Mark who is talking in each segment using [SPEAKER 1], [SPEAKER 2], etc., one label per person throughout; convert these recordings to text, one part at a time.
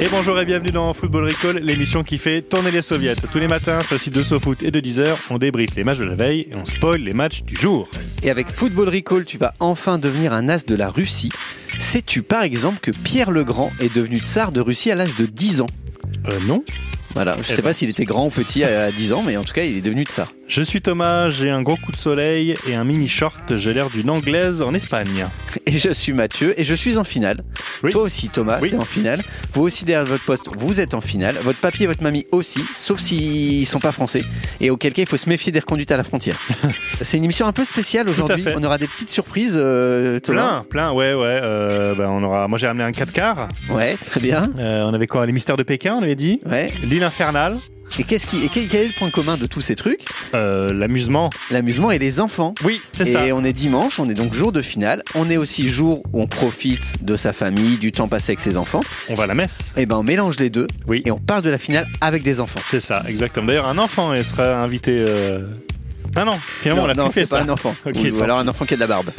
[SPEAKER 1] Et bonjour et bienvenue dans Football Recall, l'émission qui fait tourner les soviets. Tous les matins, sur le site de SoFoot et de 10h, on débriefe les matchs de la veille et on spoil les matchs du jour.
[SPEAKER 2] Et avec Football Recall, tu vas enfin devenir un as de la Russie. Sais-tu par exemple que Pierre le Grand est devenu tsar de Russie à l'âge de 10 ans
[SPEAKER 1] Euh, non
[SPEAKER 2] Voilà, je
[SPEAKER 1] Eh
[SPEAKER 2] sais
[SPEAKER 1] ben.
[SPEAKER 2] pas s'il était grand ou petit à à 10 ans, mais en tout cas, il est devenu tsar.
[SPEAKER 1] Je suis Thomas, j'ai un gros coup de soleil et un mini short, j'ai l'air d'une anglaise en Espagne.
[SPEAKER 2] Et je suis Mathieu et je suis en finale.
[SPEAKER 1] Oui.
[SPEAKER 2] Toi aussi, Thomas,
[SPEAKER 1] Oui.
[SPEAKER 2] t'es en finale. Vous aussi, derrière votre poste, vous êtes en finale. Votre papy et votre mamie aussi, sauf s'ils sont pas français. Et auquel cas, il faut se méfier des reconduites à la frontière. C'est une émission un peu spéciale aujourd'hui.
[SPEAKER 1] fait.
[SPEAKER 2] On aura des petites surprises, euh, Thomas.
[SPEAKER 1] Plein, plein, ouais, ouais. euh, ben, on aura... Moi j'ai ramené un 4 quarts,
[SPEAKER 2] Ouais, très bien.
[SPEAKER 1] Euh, on avait quoi Les mystères de Pékin, on avait dit
[SPEAKER 2] Ouais.
[SPEAKER 1] L'île infernale,
[SPEAKER 2] Et qu'est-ce qui, et quel, quel est le point commun de tous ces trucs
[SPEAKER 1] euh, l'amusement.
[SPEAKER 2] L'amusement et les enfants.
[SPEAKER 1] Oui, c'est
[SPEAKER 2] Et
[SPEAKER 1] ça.
[SPEAKER 2] on est dimanche, on est donc jour de finale. On est aussi jour où on profite de sa famille, du temps passé avec ses enfants.
[SPEAKER 1] On va à la messe.
[SPEAKER 2] Et ben on mélange les deux
[SPEAKER 1] Oui.
[SPEAKER 2] et on parle de la finale avec des enfants.
[SPEAKER 1] C'est ça, exactement. D'ailleurs, un enfant il sera invité. Euh... Ah non, finalement, on
[SPEAKER 2] non,
[SPEAKER 1] l'a
[SPEAKER 2] non,
[SPEAKER 1] plus fait
[SPEAKER 2] c'est
[SPEAKER 1] ça.
[SPEAKER 2] pas un enfant.
[SPEAKER 1] Ok,
[SPEAKER 2] Ou- ou,
[SPEAKER 1] tant
[SPEAKER 2] alors un enfant qui a de la barbe.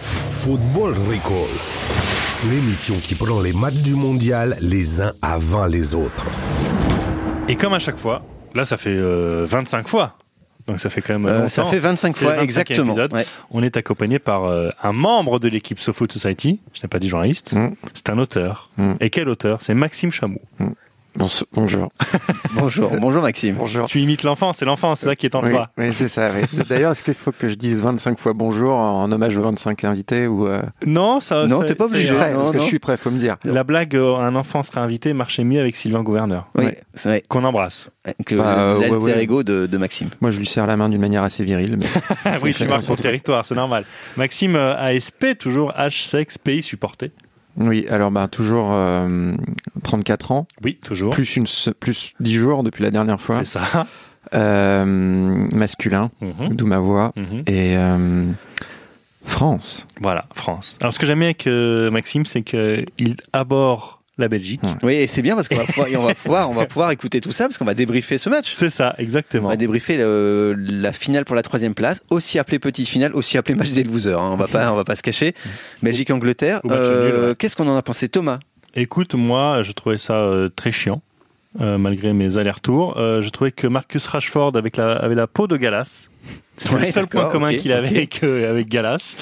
[SPEAKER 3] Football Recall. L'émission qui prend les matchs du mondial les uns avant les autres.
[SPEAKER 1] Et comme à chaque fois, là ça fait euh, 25 fois, donc ça fait quand même
[SPEAKER 2] Euh,
[SPEAKER 1] longtemps.
[SPEAKER 2] ça fait 25
[SPEAKER 1] C'est le
[SPEAKER 2] fois
[SPEAKER 1] 25e
[SPEAKER 2] exactement.
[SPEAKER 1] épisode.
[SPEAKER 2] Ouais.
[SPEAKER 1] On est accompagné par euh, un membre de l'équipe SoFoot Society, je n'ai pas dit journaliste, c'est un auteur.
[SPEAKER 4] Mm.
[SPEAKER 1] Et quel auteur C'est Maxime Chamou.
[SPEAKER 4] Bonso- Bonjour.
[SPEAKER 2] Bonjour, bonjour Maxime.
[SPEAKER 4] Bonjour.
[SPEAKER 1] Tu imites l'enfant, c'est l'enfant, c'est ça qui est en
[SPEAKER 4] Oui,
[SPEAKER 1] toi.
[SPEAKER 4] oui, c'est ça. oui. D'ailleurs, est-ce qu'il faut que je dise 25 fois bonjour en hommage aux 25 invités ou euh,
[SPEAKER 1] Non, ça.
[SPEAKER 2] Non,
[SPEAKER 1] c'est-
[SPEAKER 2] t'es pas
[SPEAKER 1] c'est- euh,
[SPEAKER 4] Je suis
[SPEAKER 2] obligé.
[SPEAKER 4] prêt,
[SPEAKER 2] non,
[SPEAKER 4] parce que
[SPEAKER 2] non.
[SPEAKER 4] je suis prêt, faut me dire.
[SPEAKER 1] La blague, euh, un enfant sera invité, marchait mieux avec Sylvain Gouverneur,
[SPEAKER 2] Oui,
[SPEAKER 4] Ouais.
[SPEAKER 2] c'est vrai.
[SPEAKER 1] qu'on embrasse.
[SPEAKER 2] Avec le-
[SPEAKER 4] Bah,
[SPEAKER 1] euh,
[SPEAKER 2] l'alter
[SPEAKER 4] ouais, ouais.
[SPEAKER 2] ego de, de Maxime.
[SPEAKER 4] Moi, je lui serre la main d'une manière assez virile. mais-
[SPEAKER 1] oui, tu
[SPEAKER 4] faire
[SPEAKER 1] marques
[SPEAKER 4] un
[SPEAKER 1] ton
[SPEAKER 4] truc.
[SPEAKER 1] territoire, c'est normal. Maxime euh, ASP, toujours H sexe pays supporté.
[SPEAKER 4] Oui, alors bah, toujours euh, 34 ans,
[SPEAKER 1] Oui, toujours.
[SPEAKER 4] plus, une, se- plus 10 jours depuis la dernière fois.
[SPEAKER 1] C'est ça.
[SPEAKER 4] Euh, masculin,
[SPEAKER 1] Mhm,
[SPEAKER 4] d'où ma voix.
[SPEAKER 1] mhm.
[SPEAKER 4] Et euh, France.
[SPEAKER 1] Voilà, France. Alors ce que j'aime bien avec euh, Maxime, c'est qu'il aborde la Belgique.
[SPEAKER 4] Ouais.
[SPEAKER 2] Oui, et c'est bien parce qu'on va pouvoir, et on va pouvoir, on va pouvoir écouter tout ça parce qu'on va débriefer ce match.
[SPEAKER 1] C'est ça,
[SPEAKER 2] On
[SPEAKER 1] exactement.
[SPEAKER 2] va débriefer le- la finale pour la troisième place, aussi appelée petite finale, aussi appelée match des losers. hein. On va pas, on va pas se cacher. Belgique Angleterre.
[SPEAKER 1] Mm. Ou match nul, ouais.
[SPEAKER 2] Qu'est-ce qu'on en a pensé, Thomas
[SPEAKER 1] Écoute, moi, je trouvais ça euh, très chiant, euh, malgré mes allers-retours. Euh, je trouvais que Marcus Rashford avec la, avait la peau de Galas. C'est le
[SPEAKER 2] Ouais,
[SPEAKER 1] seul point
[SPEAKER 2] d'accord,
[SPEAKER 1] commun
[SPEAKER 2] ok,
[SPEAKER 1] qu'il avait
[SPEAKER 2] ok.
[SPEAKER 1] avec, euh, avec Galas.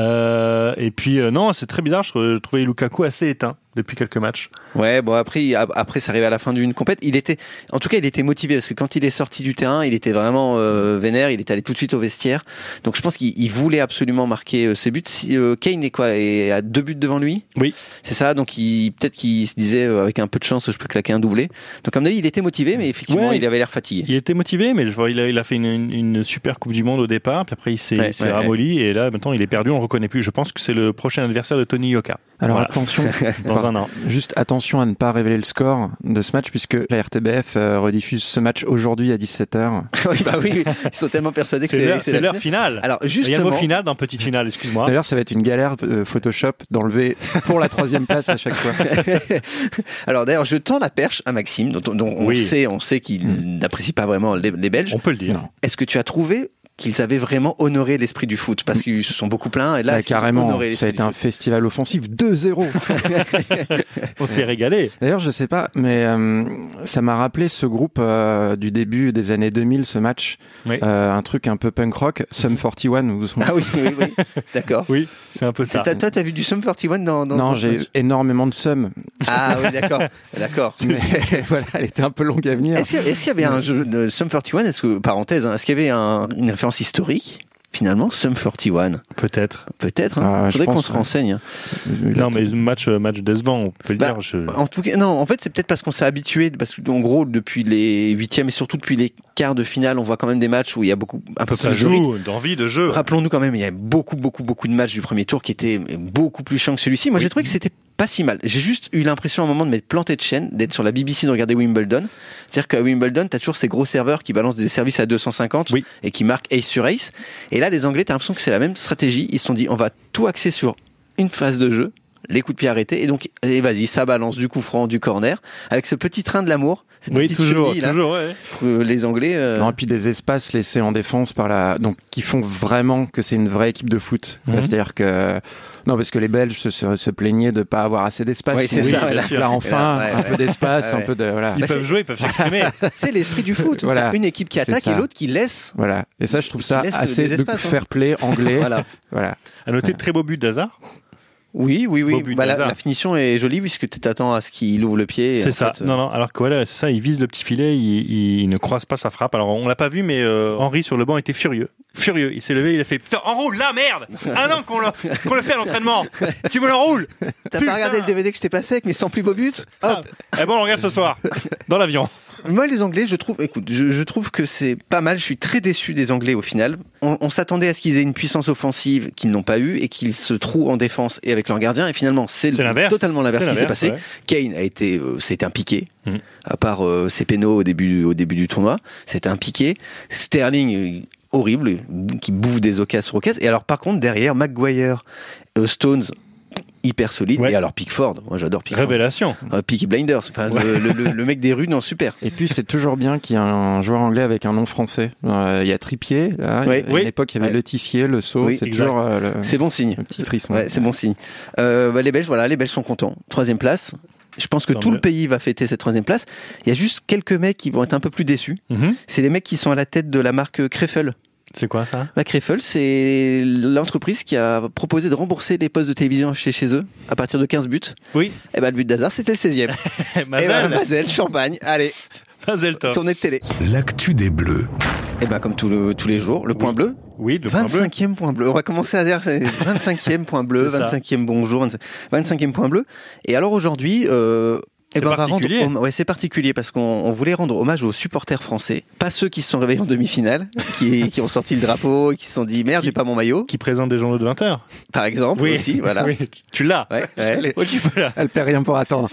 [SPEAKER 1] Euh, et puis, euh, non, c'est très bizarre. Je, trou- je trouvais Lukaku assez éteint depuis quelques matchs.
[SPEAKER 2] Ouais, bon après, il- ap- après, ça arrivait à la fin d'une compète. Il était, en tout cas, il était motivé parce que quand il est sorti du terrain, il était vraiment euh, vénère. Il est allé tout de suite au vestiaire. Donc, je pense qu'il il voulait absolument marquer euh, ses buts. Si, euh, Kane est quoi Est à deux buts devant lui.
[SPEAKER 1] Oui.
[SPEAKER 2] C'est ça. Donc, il peut-être qu'il se disait euh, avec un peu de chance, je peux claquer un doublé. Donc, comme mon avis, il était motivé, mais effectivement,
[SPEAKER 1] Ouais.
[SPEAKER 2] il avait l'air fatigué.
[SPEAKER 1] Il était motivé, mais je vois, il a, il a fait une, une- une super Coupe du Monde au départ. Puis après, il s'est
[SPEAKER 2] Ouais,
[SPEAKER 1] il s'est
[SPEAKER 2] ouais,
[SPEAKER 1] ramolli. Et là, maintenant, il est perdu. On le reconnaît plus. Je pense que c'est le prochain adversaire de Tony Yoka
[SPEAKER 4] Alors
[SPEAKER 1] Voilà.
[SPEAKER 4] attention,
[SPEAKER 1] dans un an.
[SPEAKER 4] Juste attention à ne pas révéler le score de ce match puisque la RTBF euh, rediffuse ce match aujourd'hui à 17h.
[SPEAKER 2] oui, bah oui, oui. ils sont tellement persuadés que
[SPEAKER 1] C'est
[SPEAKER 2] c'est
[SPEAKER 1] l'heure-
[SPEAKER 2] c'est
[SPEAKER 1] c'est
[SPEAKER 2] la
[SPEAKER 1] l'heure
[SPEAKER 2] finale.
[SPEAKER 1] finale.
[SPEAKER 2] Alors
[SPEAKER 1] Il y a le mot
[SPEAKER 2] justement,
[SPEAKER 1] finale dans Petite Finale, excuse-moi.
[SPEAKER 4] D'ailleurs, ça va être une galère euh, Photoshop d'enlever pour la troisième place à chaque fois.
[SPEAKER 2] alors d'ailleurs, je tends la perche à Maxime, dont, dont on
[SPEAKER 1] Oui.
[SPEAKER 2] sait, on sait qu'il
[SPEAKER 4] Mm.
[SPEAKER 2] n'apprécie pas vraiment les, les Belges.
[SPEAKER 1] On peut le dire.
[SPEAKER 2] Est-ce que tu as trouvé qu'ils avaient vraiment honoré l'esprit du foot Parce qu'ils se sont beaucoup plaints et là,
[SPEAKER 4] Bah,
[SPEAKER 2] est-ce qu'ils ont
[SPEAKER 4] carrément,
[SPEAKER 2] honoré
[SPEAKER 4] ça
[SPEAKER 2] l'esprit
[SPEAKER 4] a été un festival offensif 2-0.
[SPEAKER 1] On s'est régalé.
[SPEAKER 4] D'ailleurs, je sais pas, mais euh, ça m'a rappelé ce groupe euh, du début des années 2000, ce match,
[SPEAKER 1] Oui.
[SPEAKER 4] Euh, un truc un peu punk rock, Sum 41 ou son-
[SPEAKER 2] du foot Ah oui, oui, oui. D'accord.
[SPEAKER 1] Oui, c'est un peu ça.
[SPEAKER 2] T'as- Toi, t'as vu du Sum 41 dans, dans
[SPEAKER 4] Non,
[SPEAKER 2] dans ce
[SPEAKER 4] j'ai
[SPEAKER 2] match
[SPEAKER 4] énormément de Sum.
[SPEAKER 2] Ah oui, d'accord, d'accord.
[SPEAKER 4] Mais voilà, elle était un peu longue à venir.
[SPEAKER 2] Est-ce qu'il y, est-ce qu'il y avait un jeu de Sum 41 Est-ce que parenthèse, hein, est-ce qu'il y avait un- une référence historique finalement Sum 41
[SPEAKER 1] Peut-être.
[SPEAKER 2] Peut-être. Hein.
[SPEAKER 4] Ah, je
[SPEAKER 2] Faudrait qu'on
[SPEAKER 4] pense,
[SPEAKER 2] se
[SPEAKER 4] ouais.
[SPEAKER 2] renseigne. hein.
[SPEAKER 4] Il a
[SPEAKER 1] Non,
[SPEAKER 4] tout-
[SPEAKER 1] mais match, euh, match décevant, on peut le
[SPEAKER 2] Bah,
[SPEAKER 1] dire. je-
[SPEAKER 2] En tout cas, non, en fait, c'est peut-être parce qu'on s'est habitué, parce que, en gros, depuis les huitièmes et surtout depuis les quarts de finale, on voit quand même des matchs où il y a beaucoup, un peu
[SPEAKER 1] Ça
[SPEAKER 2] plus de rythme.
[SPEAKER 1] joue, d'envie de jeu.
[SPEAKER 2] Rappelons-nous quand même, il y a beaucoup, beaucoup, beaucoup de matchs du premier tour qui étaient beaucoup plus chiants que celui-ci. Moi, j'ai trouvé que c'était pas si mal. J'ai juste eu l'impression à un moment de m'être planté de chaîne, d'être sur la BBC, de regarder Wimbledon. C'est-à-dire qu'à Wimbledon, t'as toujours ces gros serveurs qui balancent des services à 250
[SPEAKER 1] Oui.
[SPEAKER 2] et qui marquent ace sur ace. Et là, les Anglais, t'as l'impression que c'est la même stratégie. Ils se sont dit, on va tout axer sur une phase de jeu, les coups de pied arrêtés, et donc, et vas-y, ça balance du coup franc, du corner, avec ce petit train de l'amour. cette
[SPEAKER 1] Oui,
[SPEAKER 2] petite
[SPEAKER 1] toujours,
[SPEAKER 2] cheville, là,
[SPEAKER 1] toujours, ouais.
[SPEAKER 2] pour, euh, les Anglais. euh,
[SPEAKER 4] Non, et puis des espaces laissés en défense par la, donc qui font vraiment que c'est une vraie équipe de foot. Euh,
[SPEAKER 1] Mhm.
[SPEAKER 4] C'est-à-dire que non, parce que les Belges se, se, se plaignaient de pas avoir assez d'espace.
[SPEAKER 2] Ouais, c'est
[SPEAKER 1] Oui,
[SPEAKER 2] ça,
[SPEAKER 1] bien
[SPEAKER 2] là.
[SPEAKER 1] sûr.
[SPEAKER 4] Là enfin,
[SPEAKER 2] Ouais, ouais,
[SPEAKER 4] un peu d'espace,
[SPEAKER 2] Ouais,
[SPEAKER 4] un
[SPEAKER 2] ouais.
[SPEAKER 4] peu de voilà.
[SPEAKER 1] Ils
[SPEAKER 2] Bah,
[SPEAKER 1] peuvent
[SPEAKER 2] c'est-
[SPEAKER 1] jouer, ils peuvent s'exprimer.
[SPEAKER 2] C'est l'esprit du foot.
[SPEAKER 4] Voilà.
[SPEAKER 2] T'as une équipe qui
[SPEAKER 4] C'est
[SPEAKER 2] attaque
[SPEAKER 4] ça.
[SPEAKER 2] et l'autre qui laisse.
[SPEAKER 4] Voilà. Et ça, je trouve ça
[SPEAKER 2] laisse
[SPEAKER 4] assez
[SPEAKER 2] des
[SPEAKER 4] de
[SPEAKER 2] espaces, hein.
[SPEAKER 4] fair play anglais.
[SPEAKER 2] Voilà.
[SPEAKER 4] Voilà.
[SPEAKER 1] À noter de très beau but d'Hazard.
[SPEAKER 2] Oui, oui,
[SPEAKER 1] Beau
[SPEAKER 2] oui.
[SPEAKER 1] but
[SPEAKER 2] Bah, la,
[SPEAKER 1] d'Hazard.
[SPEAKER 2] la finition est jolie puisque tu t'attends à ce qu'il ouvre le pied. et en
[SPEAKER 1] C'est ça.
[SPEAKER 2] fait, euh,
[SPEAKER 1] Non, non. Alors que voilà, c'est ça, il vise le petit filet, il, il ne croise pas sa frappe. Alors on l'a pas vu, mais euh, Henri sur le banc était furieux. Furieux. Il s'est levé, il a fait Putain, enroule là, merde Un an qu'on le, qu'on le fait à l'entraînement Tu me l'enroules
[SPEAKER 2] T'as
[SPEAKER 1] Putain
[SPEAKER 2] pas regardé le DVD que je t'ai passé avec mes 100 plus beaux buts Hop.
[SPEAKER 1] Eh bon, on le regarde ce soir, dans l'avion.
[SPEAKER 2] Moi, les Anglais, je trouve, écoute, je, je trouve que c'est pas mal. Je suis très déçu des Anglais au final. On, on s'attendait à ce qu'ils aient une puissance offensive qu'ils n'ont pas eue et qu'ils se trouvent en défense et avec leur gardien. Et finalement, c'est
[SPEAKER 1] C'est l'inverse.
[SPEAKER 2] totalement l'inverse
[SPEAKER 1] C'est
[SPEAKER 2] qui s'est
[SPEAKER 1] l'inverse,
[SPEAKER 2] passé.
[SPEAKER 1] ouais.
[SPEAKER 2] Kane a été, euh, c'était un piqué.
[SPEAKER 1] Mhm.
[SPEAKER 2] À part euh, ses pénaux au début, au début du tournoi, c'était un piqué. Sterling, euh, horrible, euh, qui bouffe des occasions sur occasions. Et alors, par contre, derrière, Maguire, euh, Stones, hyper solide.
[SPEAKER 1] Ouais.
[SPEAKER 2] Et alors, Pickford. Moi, j'adore Pickford.
[SPEAKER 1] Révélation.
[SPEAKER 2] Euh, Peaky Blinders. Enfin,
[SPEAKER 1] Ouais.
[SPEAKER 2] le, le- le- le mec des rues, non, super.
[SPEAKER 4] Et puis c'est toujours bien qu'il y ait un joueur anglais avec un nom français. Euh, Il y a Tripier, là.
[SPEAKER 2] Oui.
[SPEAKER 4] Il y a-
[SPEAKER 1] Oui.
[SPEAKER 4] À l'époque, il y avait
[SPEAKER 2] Ouais.
[SPEAKER 4] Le Tissier, Le Sceau.
[SPEAKER 2] Oui,
[SPEAKER 4] c'est
[SPEAKER 1] exact.
[SPEAKER 4] toujours euh, le,
[SPEAKER 2] C'est bon signe.
[SPEAKER 4] un petit frisson.
[SPEAKER 2] Ouais, c'est bon signe. Euh, bah, les Belges, voilà, les Belges sont contents. Troisième place. Je pense que
[SPEAKER 1] Tant
[SPEAKER 2] tout
[SPEAKER 1] mieux.
[SPEAKER 2] le pays va fêter cette troisième place. Il y a juste quelques mecs qui vont être un peu plus déçus.
[SPEAKER 1] Mhm.
[SPEAKER 2] C'est les mecs qui sont à la tête de la marque Krefel.
[SPEAKER 1] C'est quoi ça
[SPEAKER 2] La Krefel, c'est l'entreprise qui a proposé de rembourser les postes de télévision chez chez eux à partir de 15 buts.
[SPEAKER 1] Oui.
[SPEAKER 2] Et ben le but d'Hazard, c'était le 16e. Et ben,
[SPEAKER 1] Mazel.
[SPEAKER 2] Mazel, champagne. Allez,
[SPEAKER 1] Mazel top.
[SPEAKER 2] tournée de télé.
[SPEAKER 3] L'actu des Bleus.
[SPEAKER 2] Et ben comme tout le- tous les jours, le point bleu,
[SPEAKER 1] Oui, le point bleu.
[SPEAKER 2] 25e point bleu. On va commencer à dire c'est 25e point bleu,
[SPEAKER 1] C'est ça.
[SPEAKER 2] 25e bonjour, 25e point bleu. Et alors aujourd'hui, euh,
[SPEAKER 1] C'est
[SPEAKER 2] eh ben, on va
[SPEAKER 1] particulier.
[SPEAKER 2] rendre hom- ouais, c'est particulier parce qu'on on voulait rendre hommage aux supporters français, pas ceux qui se sont réveillés en demi-finale, qui, qui ont sorti le drapeau, et qui se sont dit merde, j'ai pas mon maillot,
[SPEAKER 1] Qui présente des journaux de 20h.
[SPEAKER 2] par exemple aussi, voilà.
[SPEAKER 1] Oui, tu l'as.
[SPEAKER 2] Ouais, ouais.
[SPEAKER 1] Oh, tu peux là.
[SPEAKER 4] Elle perd rien pour attendre.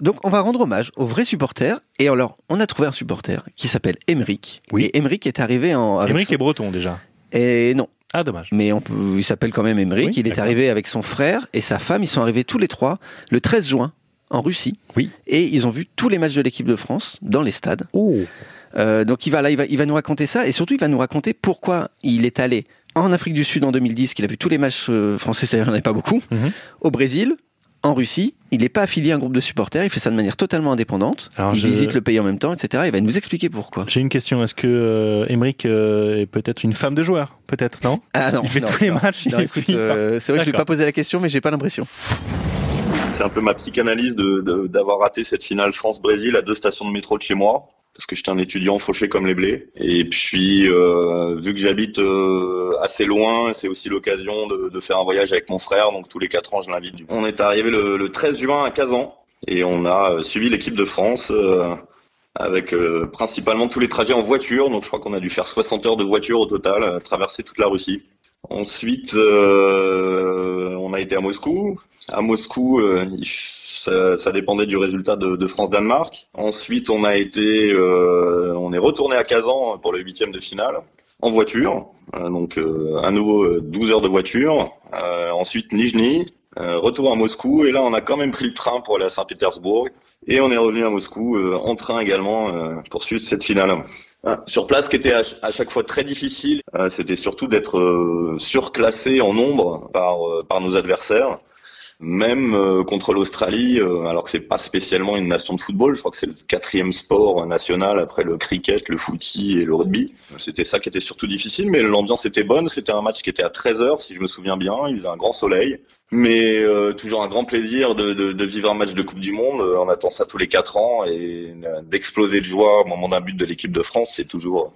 [SPEAKER 2] Donc on va rendre hommage aux vrais supporters. Et alors on a trouvé un supporter qui s'appelle Emeric.
[SPEAKER 1] Oui.
[SPEAKER 2] Et Emeric est arrivé en. avec
[SPEAKER 1] Émeric
[SPEAKER 2] son-
[SPEAKER 1] est breton déjà.
[SPEAKER 2] et non,
[SPEAKER 1] Ah, dommage.
[SPEAKER 2] mais on peut, il s'appelle quand même Emeric.
[SPEAKER 1] Oui,
[SPEAKER 2] il est
[SPEAKER 1] d'accord.
[SPEAKER 2] arrivé avec son frère et sa femme. Ils sont arrivés tous les trois le 13 juin en Russie.
[SPEAKER 1] Oui.
[SPEAKER 2] Et ils ont vu tous les matchs de l'équipe de France dans les stades.
[SPEAKER 1] Oh.
[SPEAKER 2] Euh, donc il va là, il va, il va nous raconter ça et surtout il va nous raconter pourquoi il est allé en Afrique du Sud en 2010, qu'il a vu tous les matchs euh, français, c'est-à-dire il n'y en avait pas beaucoup,
[SPEAKER 1] Mhm.
[SPEAKER 2] au Brésil. En Russie, il n'est pas affilié à un groupe de supporters, il fait ça de manière totalement indépendante.
[SPEAKER 1] Alors,
[SPEAKER 2] il
[SPEAKER 1] je-
[SPEAKER 2] visite le pays en même temps, etc. Il va nous expliquer pourquoi.
[SPEAKER 1] J'ai une question. Est-ce que euh, Émeric euh, est peut-être une femme de joueur Peut-être, non
[SPEAKER 2] Ah non,
[SPEAKER 1] Il fait
[SPEAKER 2] non,
[SPEAKER 1] tous les
[SPEAKER 2] non.
[SPEAKER 1] matchs.
[SPEAKER 2] Non,
[SPEAKER 1] il
[SPEAKER 2] écoute,
[SPEAKER 1] finit par-
[SPEAKER 2] euh, c'est vrai que je ne vais
[SPEAKER 1] D'accord.
[SPEAKER 2] pas poser la question, mais j'ai pas l'impression.
[SPEAKER 5] C'est un peu ma psychanalyse de- de- d'avoir raté cette finale France-Brésil à deux stations de métro de chez moi, parce que j'étais un étudiant fauché comme les blés. Et puis, euh, vu que j'habite euh, assez loin, c'est aussi l'occasion de, de faire un voyage avec mon frère, donc tous les quatre ans, je l'invite. On est arrivé le, le 13 juin à Kazan, et on a euh, suivi l'équipe de France. euh, avec euh, principalement tous les trajets en voiture, donc je crois qu'on a dû faire 60 heures de voiture au total, euh, traverser toute la Russie. Ensuite, euh, on a été à Moscou, à Moscou, euh, il f- ça, ça dépendait du résultat de, de France-Danemark. Ensuite, on a été, euh, on est retourné à Kazan pour le huitième de finale en voiture, Euh, donc euh, à nouveau euh, 12 heures de voiture. Euh, ensuite, Nijni, euh, retour à Moscou, et là, on a quand même pris le train pour aller à Saint-Pétersbourg, et on est revenu à Moscou euh, en train également euh, pour suivre cette finale. Ah, Sur place, ce qui était à, ch- à chaque fois très difficile, euh, c'était surtout d'être euh, surclassé en nombre par, euh, par nos adversaires même euh, contre l'Australie, euh, alors que c'est pas spécialement une nation de football, je crois que c'est le quatrième sport national après le cricket, le footy et le rugby. C'était ça qui était surtout difficile, mais l'ambiance était bonne. C'était un match qui était à 13 heures, si je me souviens bien. Il faisait un grand soleil, mais euh, toujours un grand plaisir de, de- de vivre un match de Coupe du Monde. Euh, On attend ça tous les quatre ans et euh, d'exploser de joie au moment d'un but de l'équipe de France, c'est toujours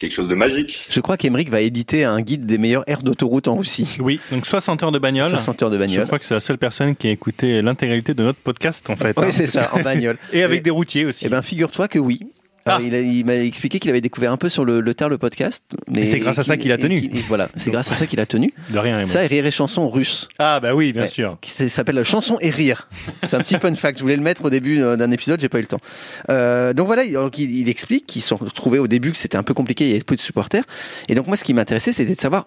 [SPEAKER 5] quelque chose de magique.
[SPEAKER 2] Je crois qu'Emeric va éditer un guide des meilleures aires d'autoroute en Russie.
[SPEAKER 1] Oui, donc 60 heures de bagnole.
[SPEAKER 2] 60 heures de
[SPEAKER 1] Je
[SPEAKER 2] bagnole.
[SPEAKER 1] crois que c'est la seule personne qui a écouté l'intégralité de notre podcast, en fait. hein.
[SPEAKER 2] Oui, c'est ça, en bagnole.
[SPEAKER 1] Et avec des routiers aussi.
[SPEAKER 2] Eh ben, figure-toi que oui. Alors,
[SPEAKER 1] Ah.
[SPEAKER 2] il a- il m'a expliqué qu'il avait découvert un peu sur le, le tard le podcast. Mais
[SPEAKER 1] Et c'est grâce à
[SPEAKER 2] et
[SPEAKER 1] ça
[SPEAKER 2] qu'il-
[SPEAKER 1] qu'il a
[SPEAKER 2] et
[SPEAKER 1] tenu.
[SPEAKER 2] qu'il- et voilà, c'est grâce à ça qu'il a tenu.
[SPEAKER 1] De rien, et moi.
[SPEAKER 2] Ça et rire et chanson russe,
[SPEAKER 1] Ah, bah oui, bien
[SPEAKER 2] Ouais.
[SPEAKER 1] sûr.
[SPEAKER 2] qui s- s'appelle chanson et rire. C'est un petit fun fact. Je voulais le mettre au début euh, d'un épisode, j'ai pas eu le temps. Euh, donc voilà, il, donc il- il explique qu'ils se sont retrouvés au début que c'était un peu compliqué, il y avait peu de supporters. Et donc moi, ce qui m'intéressait, c'était de savoir.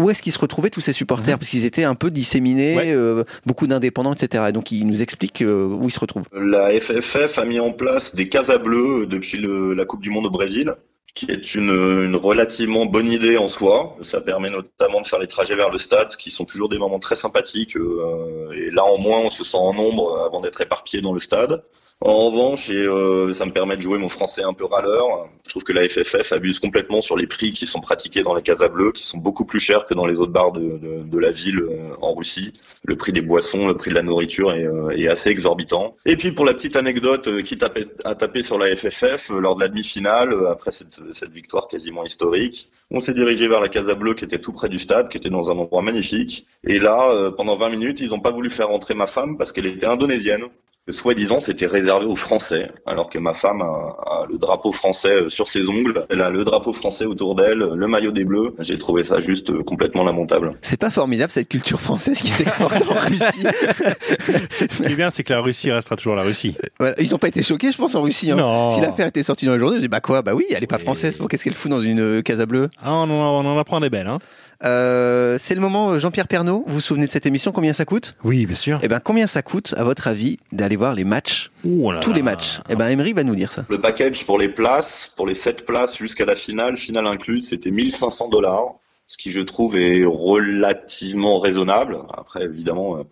[SPEAKER 2] Où est-ce qu'ils se retrouvaient tous ces supporters Parce qu'ils étaient un peu disséminés,
[SPEAKER 1] Mhm. Ouais.
[SPEAKER 2] euh, beaucoup d'indépendants, etc. Et donc il nous explique euh, où ils se retrouvent.
[SPEAKER 5] La FFF a mis en place des casas bleues depuis le- la Coupe du Monde au Brésil, qui est une, une relativement bonne idée en soi. Ça permet notamment de faire les trajets vers le stade, qui sont toujours des moments très sympathiques. euh, et là, en moins, on se sent en nombre avant d'être éparpillé dans le stade. En revanche, et euh, ça me permet de jouer mon français un peu râleur, je trouve que la FFF abuse complètement sur les prix qui sont pratiqués dans les casas bleues, qui sont beaucoup plus chers que dans les autres bars de, de- de la ville euh, en Russie le prix des boissons, le prix de la nourriture est, euh, est assez exorbitant. Et puis pour la petite anecdote, euh, quitte à, pe- à taper sur la FFF, euh, lors de la demi-finale, euh, après cette, cette victoire quasiment historique, on s'est dirigé vers la Casa Bleue qui était tout près du stade, qui était dans un endroit magnifique. Et là, euh, pendant 20 minutes, ils n'ont pas voulu faire entrer ma femme parce qu'elle était indonésienne. Que Soi-disant, c'était réservé aux Français, alors que ma femme a, a le drapeau français euh, sur ses ongles. Elle a le drapeau français autour d'elle, le maillot des Bleus. J'ai trouvé ça juste euh, complètement lamentable.
[SPEAKER 2] C'est pas formidable cette culture française qui s'exporte en Russie.
[SPEAKER 1] Ce qui est bien, c'est que la Russie restera toujours la Russie.
[SPEAKER 2] Voilà, Ils ont pas été choqués, je pense, en Russie. hein.
[SPEAKER 1] Non.
[SPEAKER 2] Si l'affaire était sortie dans les journaux, je dis bah quoi, bah oui, elle est pas
[SPEAKER 1] Oui.
[SPEAKER 2] française. Pour qu'est-ce qu'elle fout dans une euh, casa bleue
[SPEAKER 1] Ah, on, en- on en apprend des belles, hein.
[SPEAKER 2] Euh, C'est le moment, euh, Jean-Pierre Pernaud. Vous vous souvenez de cette émission Combien ça coûte
[SPEAKER 1] Oui, bien sûr.
[SPEAKER 2] Eh ben, combien ça coûte, à votre avis, d'aller voir les matchs,
[SPEAKER 1] Ah
[SPEAKER 2] tous les matchs Eh ben, Emery va nous dire ça.
[SPEAKER 5] Le package pour les places, pour les 7 places jusqu'à la finale, finale incluse, c'était 1500 dollars, ce qui je trouve est relativement raisonnable. Après, évidemment, euh,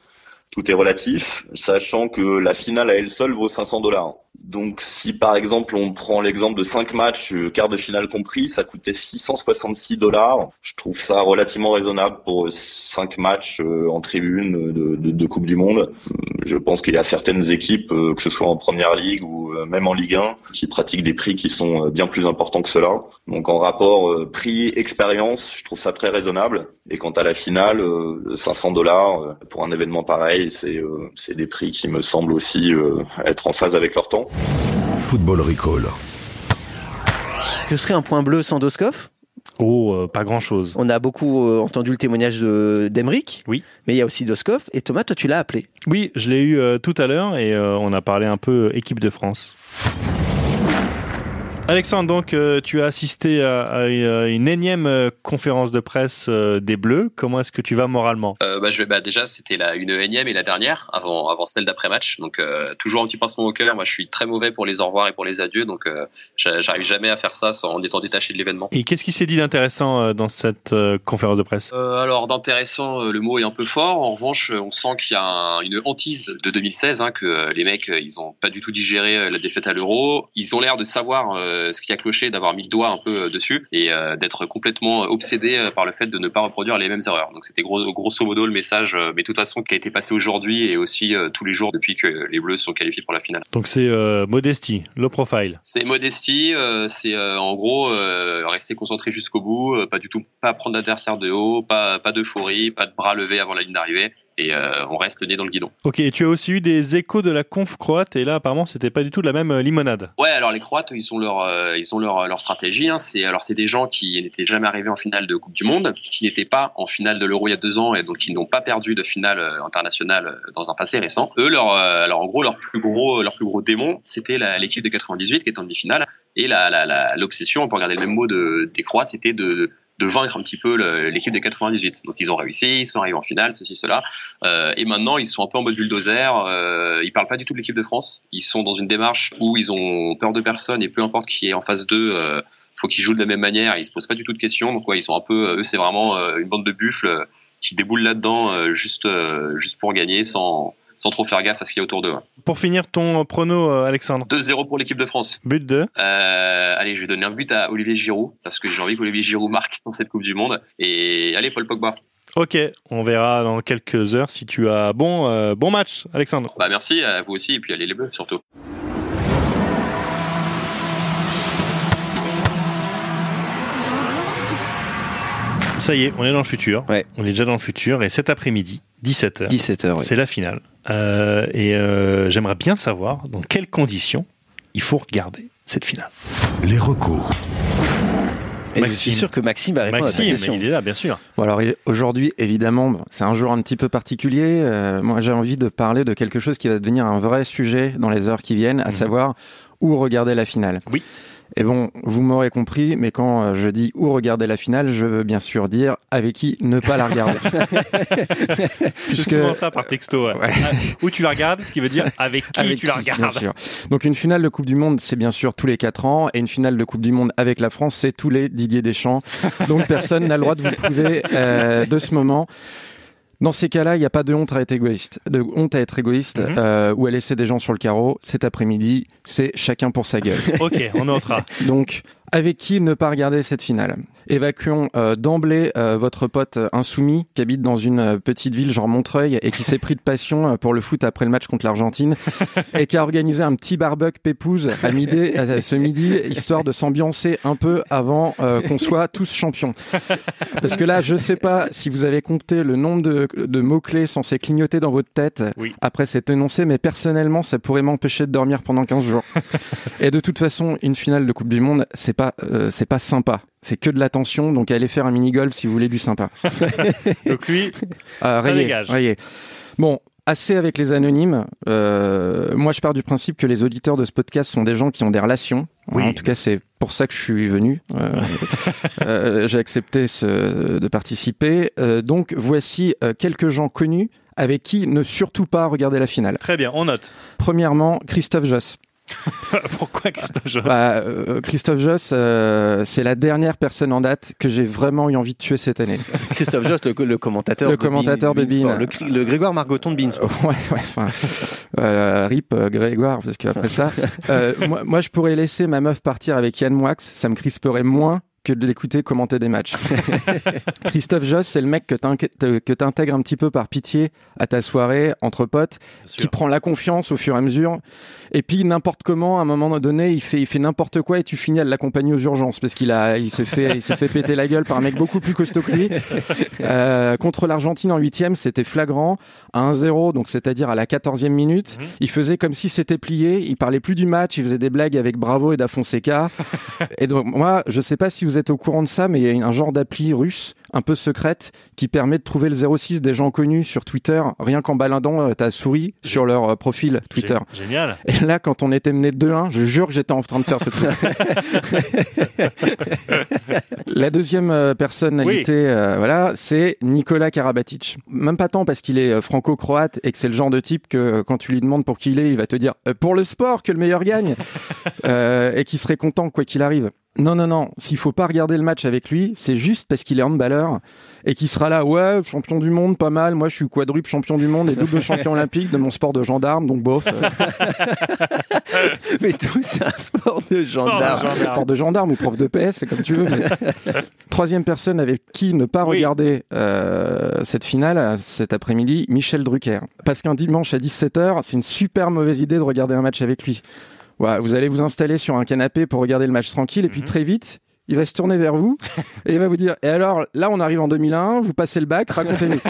[SPEAKER 5] tout est relatif, sachant que la finale à elle seule vaut 500 dollars. Donc si par exemple on prend l'exemple de 5 matchs, euh, quart de finale compris, ça coûtait 666 dollars. Je trouve ça relativement raisonnable pour 5 matchs euh, en tribune de- de- de Coupe du Monde. Je pense qu'il y a certaines équipes, euh, que ce soit en première ligue ou euh, même en Ligue 1, qui pratiquent des prix qui sont euh, bien plus importants que cela. Donc en rapport euh, prix-expérience, je trouve ça très raisonnable. Et quant à la finale, euh, 500 dollars euh, pour un événement pareil, c'est euh, c'est des prix qui me semblent aussi euh, être en phase avec leur temps.
[SPEAKER 3] Football Recall.
[SPEAKER 2] Que serait un point bleu sans Doskov
[SPEAKER 1] Oh, euh, pas grand chose.
[SPEAKER 2] On a beaucoup euh, entendu le témoignage de- d'Emeric.
[SPEAKER 1] Oui.
[SPEAKER 2] Mais il y a aussi Doskov. Et Thomas, toi, tu l'as appelé.
[SPEAKER 1] Oui, je l'ai eu euh, tout à l'heure et euh, on a parlé un peu euh, équipe de France. Alexandre, donc euh, tu as assisté à, à une euh, une énième euh, conférence de presse euh, des Bleus. Comment est-ce que tu vas moralement
[SPEAKER 6] Euh, bah, je vais, bah, déjà, c'était la une énième et la dernière avant, avant celle d'après-match. Donc, euh, toujours un petit pincement au cœur. Moi, je suis très mauvais pour les au revoir et pour les adieux. Donc, euh, j'a- j'arrive jamais à faire ça sans, en étant détaché de l'événement.
[SPEAKER 1] Et qu'est-ce qui s'est dit d'intéressant euh, dans cette euh, conférence de presse
[SPEAKER 6] Euh, alors d'intéressant, euh, le mot est un peu fort. En revanche, euh, on sent qu'il y a un- une hantise de 2016, hein, que euh, les mecs, euh, ils ont pas du tout digéré euh, la défaite à l'euro. Ils ont l'air de savoir euh, ce qui a cloché, d'avoir mis le doigt un peu euh, dessus et euh, d'être complètement obsédés euh, par le fait de ne pas reproduire les mêmes erreurs. Donc c'était gros- grosso modo le message, euh, mais de toute façon, qui a été passé aujourd'hui et aussi euh, tous les jours depuis que les Bleus sont qualifiés pour la finale.
[SPEAKER 1] Donc c'est euh, modestie, low profile.
[SPEAKER 6] C'est modestie, euh, c'est euh, en gros euh, rester concentré jusqu'au bout, euh, pas du tout, pas prendre l'adversaire de haut, pas, pas d'euphorie, pas de bras levés avant la ligne d'arrivée, et euh, on reste le nez dans le guidon.
[SPEAKER 1] Ok, et tu as aussi eu des échos de la conf croate et là apparemment c'était pas du tout de la même euh, limonade.
[SPEAKER 6] Ouais, alors les Croates, ils ont leur, euh, ils ont leur, leur stratégie. Hein. C'est alors c'est des gens qui n'étaient jamais arrivés en finale de Coupe du Monde, qui n'étaient pas en finale de l'Euro il y a deux ans et donc qui n'ont pas perdu de finale euh, internationale euh, dans un passé récent. Eux, leur, euh, alors en gros leur plus gros, leur plus gros démon, c'était la- l'équipe de 98 qui est en demi-finale et la- la- la- l'obsession, on peut regarder le même mot de, des Croates, c'était de de vaincre un petit peu le- l'équipe de 98. Donc ils ont réussi, ils sont arrivés en finale, ceci, cela. Euh, et maintenant, ils sont un peu en mode bulldozer. Euh, ils parlent pas du tout de l'équipe de France. Ils sont dans une démarche où ils ont peur de personne et peu importe qui est en face d'eux, euh, faut qu'ils jouent de la même manière. Ils se posent pas du tout de questions. Donc ouais, ils sont un peu. euh, Eux, c'est vraiment euh, une bande de buffles euh, qui déboulent là-dedans euh, juste euh, juste pour gagner sans sans trop faire gaffe à ce qu'il y a autour d'eux.
[SPEAKER 1] Pour finir ton euh, prono, euh, Alexandre.
[SPEAKER 6] 2-0 pour l'équipe de France.
[SPEAKER 1] But de
[SPEAKER 6] Euh, allez, je vais donner un but à Olivier Giroud parce que j'ai envie qu'Olivier Giroud marque dans cette Coupe du Monde. Et allez, Paul Pogba.
[SPEAKER 1] Ok, on verra dans quelques heures si tu as bon, euh, bon match, Alexandre.
[SPEAKER 6] Bah merci à vous aussi et puis allez les Bleus surtout.
[SPEAKER 1] Ça y est, on est dans le futur.
[SPEAKER 2] Ouais.
[SPEAKER 1] On est déjà dans le futur. Et cet après-midi, 17h,
[SPEAKER 2] 17h, oui.
[SPEAKER 1] c'est la finale. Euh, et euh, j'aimerais bien savoir dans quelles conditions il faut regarder cette finale.
[SPEAKER 3] Les recos.
[SPEAKER 2] Et je
[SPEAKER 1] Maxime.
[SPEAKER 2] suis sûr que Maxime va répondre à ta
[SPEAKER 1] Maxime,
[SPEAKER 2] question.
[SPEAKER 1] il est là, bien sûr.
[SPEAKER 4] Bon alors et- aujourd'hui évidemment bon, c'est un jour un petit peu particulier. Euh, moi j'ai envie de parler de quelque chose qui va devenir un vrai sujet dans les heures qui viennent, à
[SPEAKER 1] Mhm.
[SPEAKER 4] savoir où regarder la finale.
[SPEAKER 1] Oui.
[SPEAKER 4] Et bon, vous m'aurez compris, mais quand euh, je dis où regarder la finale, je veux bien sûr dire avec qui ne pas la regarder.
[SPEAKER 1] C'est
[SPEAKER 4] Puisque
[SPEAKER 1] souvent ça par texto. ouais.
[SPEAKER 4] Ouais.
[SPEAKER 1] Ah, Où tu la regardes, ce qui veut dire avec qui
[SPEAKER 4] Avec
[SPEAKER 1] tu la
[SPEAKER 4] qui,
[SPEAKER 1] regardes.
[SPEAKER 4] bien sûr. Donc une finale de Coupe du Monde, c'est bien sûr tous les 4 ans, et une finale de Coupe du Monde avec la France, c'est tous les Didier Deschamps. Donc personne n'a le droit de vous priver euh, de ce moment. Dans ces cas-là, il n'y a pas de honte à être égoïste. De honte à être égoïste
[SPEAKER 1] Mhm.
[SPEAKER 4] euh, ou à laisser des gens sur le carreau. Cet après-midi, c'est chacun pour sa gueule.
[SPEAKER 1] Ok, on notera.
[SPEAKER 4] Donc, avec qui ne pas regarder cette finale Évacuons euh, d'emblée euh, votre pote euh, insoumis qui habite dans une euh, petite ville genre Montreuil et qui s'est pris de passion euh, pour le foot après le match contre l'Argentine et qui a organisé un petit barbecue pépouze à midi, à ce midi, histoire de s'ambiancer un peu avant euh, qu'on soit tous champions. Parce que là, je sais pas si vous avez compté le nombre de, de mots-clés censés clignoter dans votre tête
[SPEAKER 1] Oui.
[SPEAKER 4] après cet énoncé, mais personnellement, ça pourrait m'empêcher de dormir pendant 15 jours. Et de toute façon, une finale de Coupe du Monde, c'est pas, euh, c'est pas sympa. C'est que de la tension, donc allez faire un mini-golf si vous voulez du sympa.
[SPEAKER 1] Donc lui,
[SPEAKER 4] Euh,
[SPEAKER 1] Ça
[SPEAKER 4] rayez,
[SPEAKER 1] dégage.
[SPEAKER 4] rayez. Bon, assez avec les anonymes. Euh, moi, je pars du principe que les auditeurs de ce podcast sont des gens qui ont des relations.
[SPEAKER 1] Oui.
[SPEAKER 4] En tout cas, c'est pour ça que je suis venu. Euh, euh, J'ai accepté ce- de participer. Euh, donc, voici euh, quelques gens connus avec qui ne surtout pas regarder la finale.
[SPEAKER 1] très bien, on note.
[SPEAKER 4] Premièrement, Christophe Josse.
[SPEAKER 1] Pourquoi Christophe Jonas
[SPEAKER 4] Bah, euh, Christophe Joss, euh, c'est la dernière personne en date que j'ai vraiment eu envie de tuer cette année.
[SPEAKER 2] Christophe Jost, le, le commentateur,
[SPEAKER 4] Le
[SPEAKER 2] de Bein-
[SPEAKER 4] commentateur de
[SPEAKER 2] Bein Sport,
[SPEAKER 4] Bein.
[SPEAKER 2] le, cri- le Grégoire Margoton de Beansport.
[SPEAKER 4] Euh, ouais, ouais, enfin, euh, rip euh, Grégoire, parce qu'après ça, euh, moi, moi, je pourrais laisser ma meuf partir avec Yann Moix, ça me crisperait moins que de l'écouter commenter des matchs. Christophe Joss, c'est le mec que t'inqui- te- que t'intègres un petit peu par pitié à ta soirée entre potes,
[SPEAKER 1] Bien
[SPEAKER 4] qui
[SPEAKER 1] sûr.
[SPEAKER 4] prend la confiance au fur et à mesure, et puis n'importe comment, à un moment donné, il fait, il fait n'importe quoi et tu finis à l'accompagner aux urgences parce qu'il a, il s'est fait, il s'est fait péter la gueule par un mec beaucoup plus costaud que lui. Euh, contre l'Argentine en huitième, c'était flagrant, à 1-0, donc c'est-à-dire à la 14e minute,
[SPEAKER 1] Mhm.
[SPEAKER 4] il faisait comme si c'était plié, il parlait plus du match, il faisait des blagues avec Bravo et Da Fonseca. et donc moi, je sais pas si vous êtes au courant de ça, mais il y a une- un genre d'appli russe un peu secrète qui permet de trouver le 06 des gens connus sur Twitter, rien qu'en baladant euh, ta souris sur leur euh, profil Twitter.
[SPEAKER 1] Gé- Génial.
[SPEAKER 4] Et là, quand on était mené 2-1, je jure que j'étais en train de faire ce truc. La deuxième euh, personnalité, euh, voilà, c'est Nicolas Karabatic. Même pas tant parce qu'il est euh, franco-croate et que c'est le genre de type que euh, quand tu lui demandes pour qui il est, il va te dire euh, pour le sport que le meilleur gagne Euh, et qui serait content quoi qu'il arrive. Non, non, non, s'il faut pas regarder le match avec lui, c'est juste parce qu'il est handballeur et qu'il sera là, ouais, champion du monde, pas mal, moi je suis quadruple champion du monde et double champion olympique de mon sport de gendarme, donc bof. euh,
[SPEAKER 2] Mais tout c'est un sport de gendarme.
[SPEAKER 1] Gendarme.
[SPEAKER 4] Sport de gendarme ou prof de PS, c'est comme tu veux. mais- Troisième personne avec qui ne pas
[SPEAKER 1] Oui.
[SPEAKER 4] regarder euh, cette finale euh, cet après-midi, Michel Drucker. Parce qu'un dimanche à 17h, c'est une super mauvaise idée de regarder un match avec lui. Ouais, vous allez vous installer sur un canapé pour regarder le match tranquille et puis
[SPEAKER 1] Mhm.
[SPEAKER 4] très vite, il va se tourner vers vous et il va vous dire Et alors, là, on arrive en 2001, vous passez le bac, racontez-nous.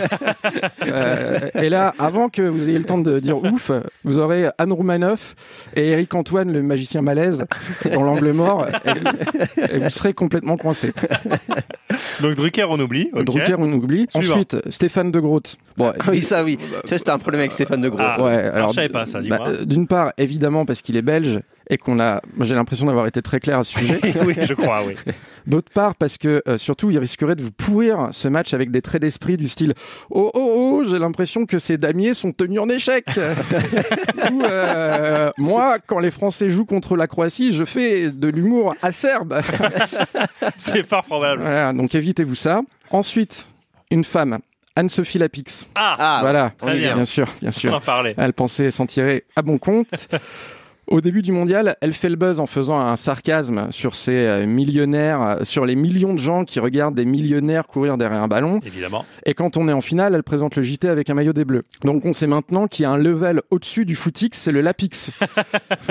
[SPEAKER 4] Euh, et là, avant que vous ayez le temps de dire ouf, vous aurez Anne Roumanoff et Eric Antoine, le magicien malaise, dans l'angle mort, et, et vous serez complètement coincé.
[SPEAKER 1] Donc Drucker, on oublie. ok.
[SPEAKER 4] Drucker, on oublie.
[SPEAKER 1] Suivant.
[SPEAKER 4] Ensuite, Stéphane de Groot. Bon,
[SPEAKER 2] Oui, ça, oui. Ça, c'était un problème avec Stéphane de Gros.
[SPEAKER 1] Ah.
[SPEAKER 4] ouais, alors,
[SPEAKER 1] je savais pas ça, dis-moi.
[SPEAKER 4] bah, euh, D'une part, évidemment, parce qu'il est belge et qu'on a, moi, j'ai l'impression d'avoir été très clair à ce sujet.
[SPEAKER 1] oui, je crois, oui.
[SPEAKER 4] D'autre part, parce que euh, surtout, il risquerait de vous pourrir ce match avec des traits d'esprit du style Oh oh oh, j'ai l'impression que ces damiers sont tenus en échec. Ou euh, moi, quand les Français jouent contre la Croatie, je fais de l'humour acerbe.
[SPEAKER 1] Ah C'est fort probable.
[SPEAKER 4] voilà, donc évitez-vous ça. Ensuite, une femme, Anne-Sophie Lapix.
[SPEAKER 1] Ah,
[SPEAKER 2] Ah,
[SPEAKER 4] voilà,
[SPEAKER 2] on y vient.
[SPEAKER 4] bien sûr, bien
[SPEAKER 1] on
[SPEAKER 4] sûr.
[SPEAKER 1] en parlait.
[SPEAKER 4] Elle pensait s'en tirer à bon compte. Au début du mondial, elle fait le buzz en faisant un sarcasme sur ces euh, millionnaires, euh, sur les millions de gens qui regardent des millionnaires courir derrière un ballon.
[SPEAKER 1] Évidemment.
[SPEAKER 4] Et quand on est en finale, elle présente le JT avec un maillot des Bleus. Donc on sait maintenant qu'il y a un level au-dessus du footix, c'est le lapix.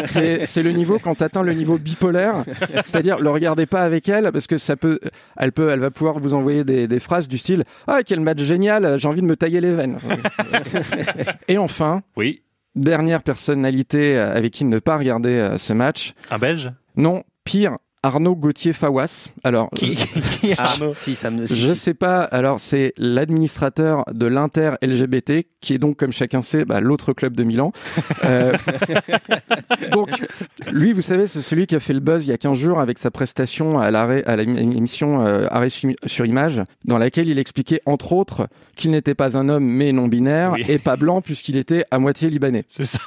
[SPEAKER 4] c'est c'est le niveau quand t'atteins le niveau bipolaire. C'est-à-dire, le regardez pas avec elle parce que ça peut, elle peut, elle va pouvoir vous envoyer des, des phrases du style Ah, quel match génial, j'ai envie de me tailler les veines. et enfin,
[SPEAKER 1] Oui.
[SPEAKER 4] dernière personnalité euh, avec qui ne pas regarder euh, ce match.
[SPEAKER 1] Un Belge
[SPEAKER 4] Non, pire, Arnaud Gauthier Fawas. Alors,
[SPEAKER 2] Ah, si, ça me.
[SPEAKER 4] je sais pas. Alors, c'est l'administrateur de l'Inter LGBT, qui est donc, comme chacun sait, bah, l'autre club de Milan. Euh, donc, lui, vous savez, c'est celui qui a fait le buzz il y a 15 jours avec sa prestation à l'arrêt, à l'émission euh, Arrêt su- sur image, dans laquelle il expliquait, entre autres, qu'il n'était pas un homme, mais non binaire,
[SPEAKER 1] Oui.
[SPEAKER 4] et pas blanc, puisqu'il était à moitié libanais.
[SPEAKER 1] C'est ça.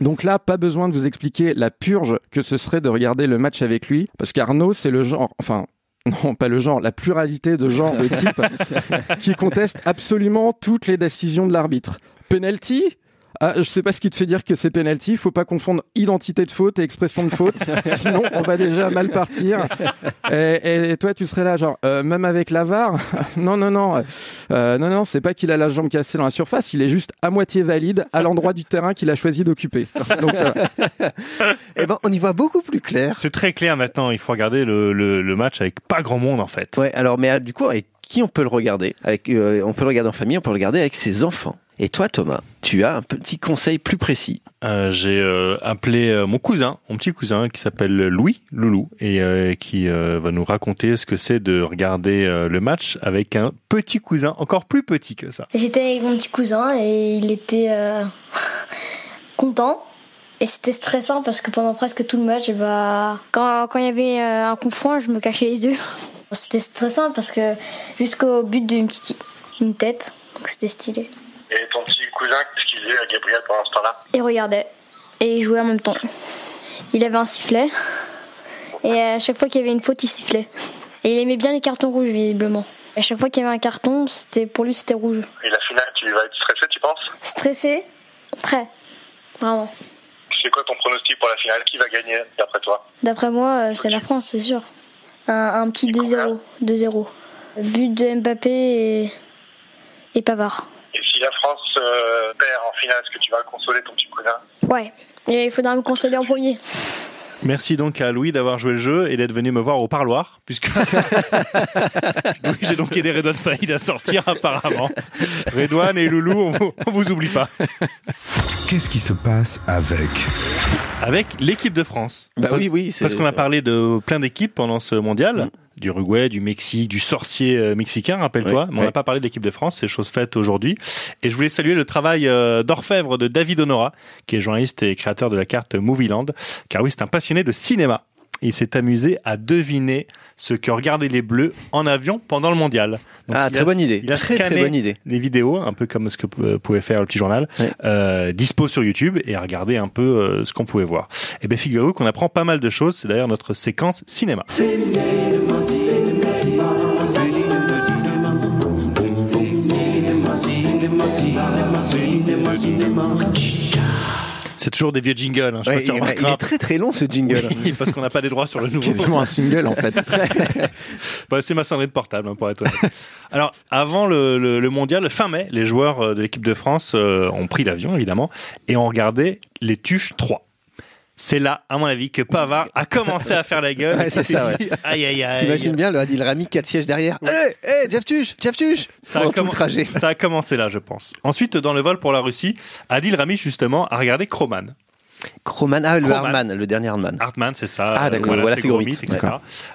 [SPEAKER 4] Donc là, pas besoin de vous expliquer la purge que ce serait de regarder le match avec lui, parce qu'Arnaud, c'est le genre, enfin, non, pas le genre, la pluralité de genre de type qui conteste absolument toutes les décisions de l'arbitre. Penalty ah, je sais pas ce qui te fait dire que c'est penalty. Faut pas confondre identité de faute et expression de faute. Sinon, on va déjà mal partir. Et, et- et toi, tu serais là, genre, euh, même avec l'avare. non, non, non. Euh, non, non, c'est pas qu'il a la jambe cassée dans la surface. Il est juste à moitié valide à l'endroit du terrain qu'il a choisi d'occuper. Donc ça va.
[SPEAKER 2] Eh ben, on y voit beaucoup plus clair.
[SPEAKER 1] C'est très clair maintenant. Il faut regarder le, le- le match avec pas grand monde en fait.
[SPEAKER 2] Ouais, alors, mais ah, du coup, avec qui on peut le regarder avec, euh, On peut le regarder en famille, on peut le regarder avec ses enfants. Et toi, Thomas, tu as un petit conseil plus précis.
[SPEAKER 1] Euh, J'ai euh, appelé euh, mon cousin, mon petit cousin qui s'appelle Louis Loulou et euh, qui euh, va nous raconter ce que c'est de regarder euh, le match avec un petit cousin encore plus petit que ça.
[SPEAKER 7] J'étais avec mon petit cousin et il était euh, content. Et c'était stressant parce que pendant presque tout le match, eh ben, quand, quand il y avait euh, un coup franc, je me cachais les yeux. C'était stressant parce que jusqu'au but d'une petite une tête, donc c'était stylé.
[SPEAKER 8] Et ton petit cousin, qu'est-ce qu'il faisait à Gabriel pendant ce temps-là
[SPEAKER 7] Il regardait et il jouait en même temps. Il avait un sifflet et à chaque fois qu'il y avait une faute, il sifflait. Et il aimait bien les cartons rouges visiblement. À chaque fois qu'il y avait un carton, c'était pour lui c'était rouge.
[SPEAKER 8] Et la finale, tu vas être stressé, tu penses
[SPEAKER 7] Stressé, très, vraiment.
[SPEAKER 8] C'est quoi ton pronostic pour la finale Qui va gagner, d'après toi
[SPEAKER 7] D'après moi, euh, c'est la France, c'est sûr. Un, un petit 2-0. 2-0. But de Mbappé et, et Pavard.
[SPEAKER 8] Et si la France euh, perd en finale, est-ce que tu vas consoler ton petit cousin
[SPEAKER 7] Ouais. Et il faudra me consoler en premier.
[SPEAKER 1] Merci donc à Louis d'avoir joué le jeu et d'être venu me voir au parloir, puisque Louis, j'ai donc aidé Redouane Faïd à sortir apparemment. Redouane et Loulou, on vous, on vous oublie pas.
[SPEAKER 3] Qu'est-ce qui se passe avec
[SPEAKER 1] Avec l'équipe de France.
[SPEAKER 2] Bah oui, oui. c'est- Mm.
[SPEAKER 1] Parce qu'on a parlé de plein d'équipes pendant ce mondial, du Uruguay, du Mexique, du sorcier euh, mexicain, rappelle-toi,
[SPEAKER 2] Oui,
[SPEAKER 1] mais on
[SPEAKER 2] oui.
[SPEAKER 1] n'a pas parlé de l'équipe de France, c'est chose faite aujourd'hui. Et je voulais saluer le travail euh, d'orfèvre de David Honora, qui est journaliste et créateur de la carte Movieland, car oui, c'est un passionné de cinéma. Il s'est amusé à deviner ce que regardaient les Bleus en avion pendant le mondial. Donc,
[SPEAKER 2] Ah,
[SPEAKER 1] il
[SPEAKER 2] très
[SPEAKER 1] a-
[SPEAKER 2] bonne idée.
[SPEAKER 1] il a
[SPEAKER 2] Très, très
[SPEAKER 1] scanné
[SPEAKER 2] bonne idée.
[SPEAKER 1] les vidéos, un peu comme ce que euh, pouvait faire le petit journal,
[SPEAKER 2] Ouais.
[SPEAKER 1] euh, dispo sur YouTube et à regarder un peu euh, ce qu'on pouvait voir. Et bien figurez-vous qu'on apprend pas mal de choses, c'est d'ailleurs notre séquence cinéma. C'est toujours des vieux jingles, hein, je sais pas
[SPEAKER 2] Ouais,
[SPEAKER 1] si tu
[SPEAKER 2] il, il est
[SPEAKER 1] remarqueras.
[SPEAKER 2] très très long ce jingle.
[SPEAKER 1] Oui, parce qu'on n'a pas les droits sur le nouveau.
[SPEAKER 4] quasiment un single en fait.
[SPEAKER 1] Bah, c'est ma sonnerie de portable, hein, pour être honnête. Alors, avant le, le- le mondial, fin mai, les joueurs euh, de l'équipe de France euh, ont pris l'avion, évidemment, et ont regardé les Tuches 3. C'est là, à mon avis, que Pavard a commencé à faire la gueule.
[SPEAKER 2] Ouais,
[SPEAKER 1] Il
[SPEAKER 2] c'est
[SPEAKER 1] s'est
[SPEAKER 2] ça,
[SPEAKER 1] dit, Aïe, aïe, aïe.
[SPEAKER 2] T'imagines bien le Adil Rami quatre sièges derrière. Hé, hé, Jeff Tuche, Jeff Tuche.
[SPEAKER 1] Ça a,
[SPEAKER 2] Pendant tout le
[SPEAKER 1] commen-
[SPEAKER 2] trajet.
[SPEAKER 1] ça a commencé là, je pense. Ensuite, dans le vol pour la Russie, Adil Rami, justement, a regardé Croman.
[SPEAKER 2] Croman, ah, le
[SPEAKER 1] Croman.
[SPEAKER 2] Hardman, le dernier Hardman.
[SPEAKER 1] Hartman, c'est ça.
[SPEAKER 2] Ah,
[SPEAKER 1] Euh,
[SPEAKER 2] d'accord. Voilà,
[SPEAKER 1] c'est
[SPEAKER 2] c'est
[SPEAKER 1] Gormit,
[SPEAKER 2] Gormit,
[SPEAKER 1] etc.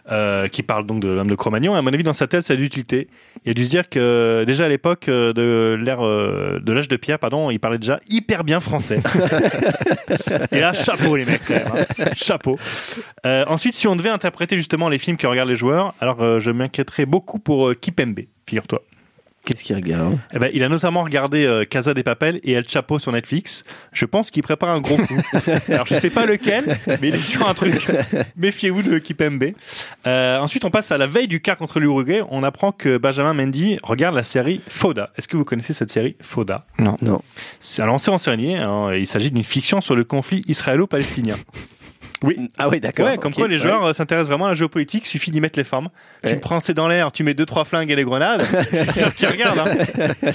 [SPEAKER 1] Euh, qui parle donc de l'homme de Cro-Magnon. Et À mon avis, dans sa tête, ça a d'utilité. Il a dû se dire que déjà à l'époque euh, de l'ère euh, de l'âge de pierre, pardon, il parlait déjà hyper bien français. Et là, chapeau les mecs, quand même, hein. chapeau. Euh, ensuite, si on devait interpréter justement les films que regardent les joueurs, alors euh, je m'inquiéterais beaucoup pour euh, Kipembe, figure-toi.
[SPEAKER 2] Qu'est-ce qu'il regarde hein?
[SPEAKER 1] Eh ben, il a notamment regardé euh, Casa des Papel et El Chapo sur Netflix. Je pense qu'il prépare un gros coup. Alors, je sais pas lequel, mais il est sur un truc. Méfiez-vous de l'équipe MB. Euh, ensuite, on passe à la veille du quart contre l'Uruguay. On apprend que Benjamin Mendy regarde la série Foda. Est-ce que vous connaissez cette série Foda
[SPEAKER 4] Non.
[SPEAKER 2] Non.
[SPEAKER 1] C'est un lancé renseigné. hein, il s'agit d'une fiction sur le conflit israélo-palestinien. Oui.
[SPEAKER 2] Ah oui, d'accord.
[SPEAKER 1] Ouais, comme
[SPEAKER 2] ok,
[SPEAKER 1] quoi les
[SPEAKER 2] ouais.
[SPEAKER 1] joueurs euh, s'intéressent vraiment à la géopolitique, suffit d'y mettre les formes. Tu
[SPEAKER 2] Ouais.
[SPEAKER 1] me prends c'est dans l'air, tu mets deux trois flingues et les grenades, c'est sûr qu'ils regardent. hein.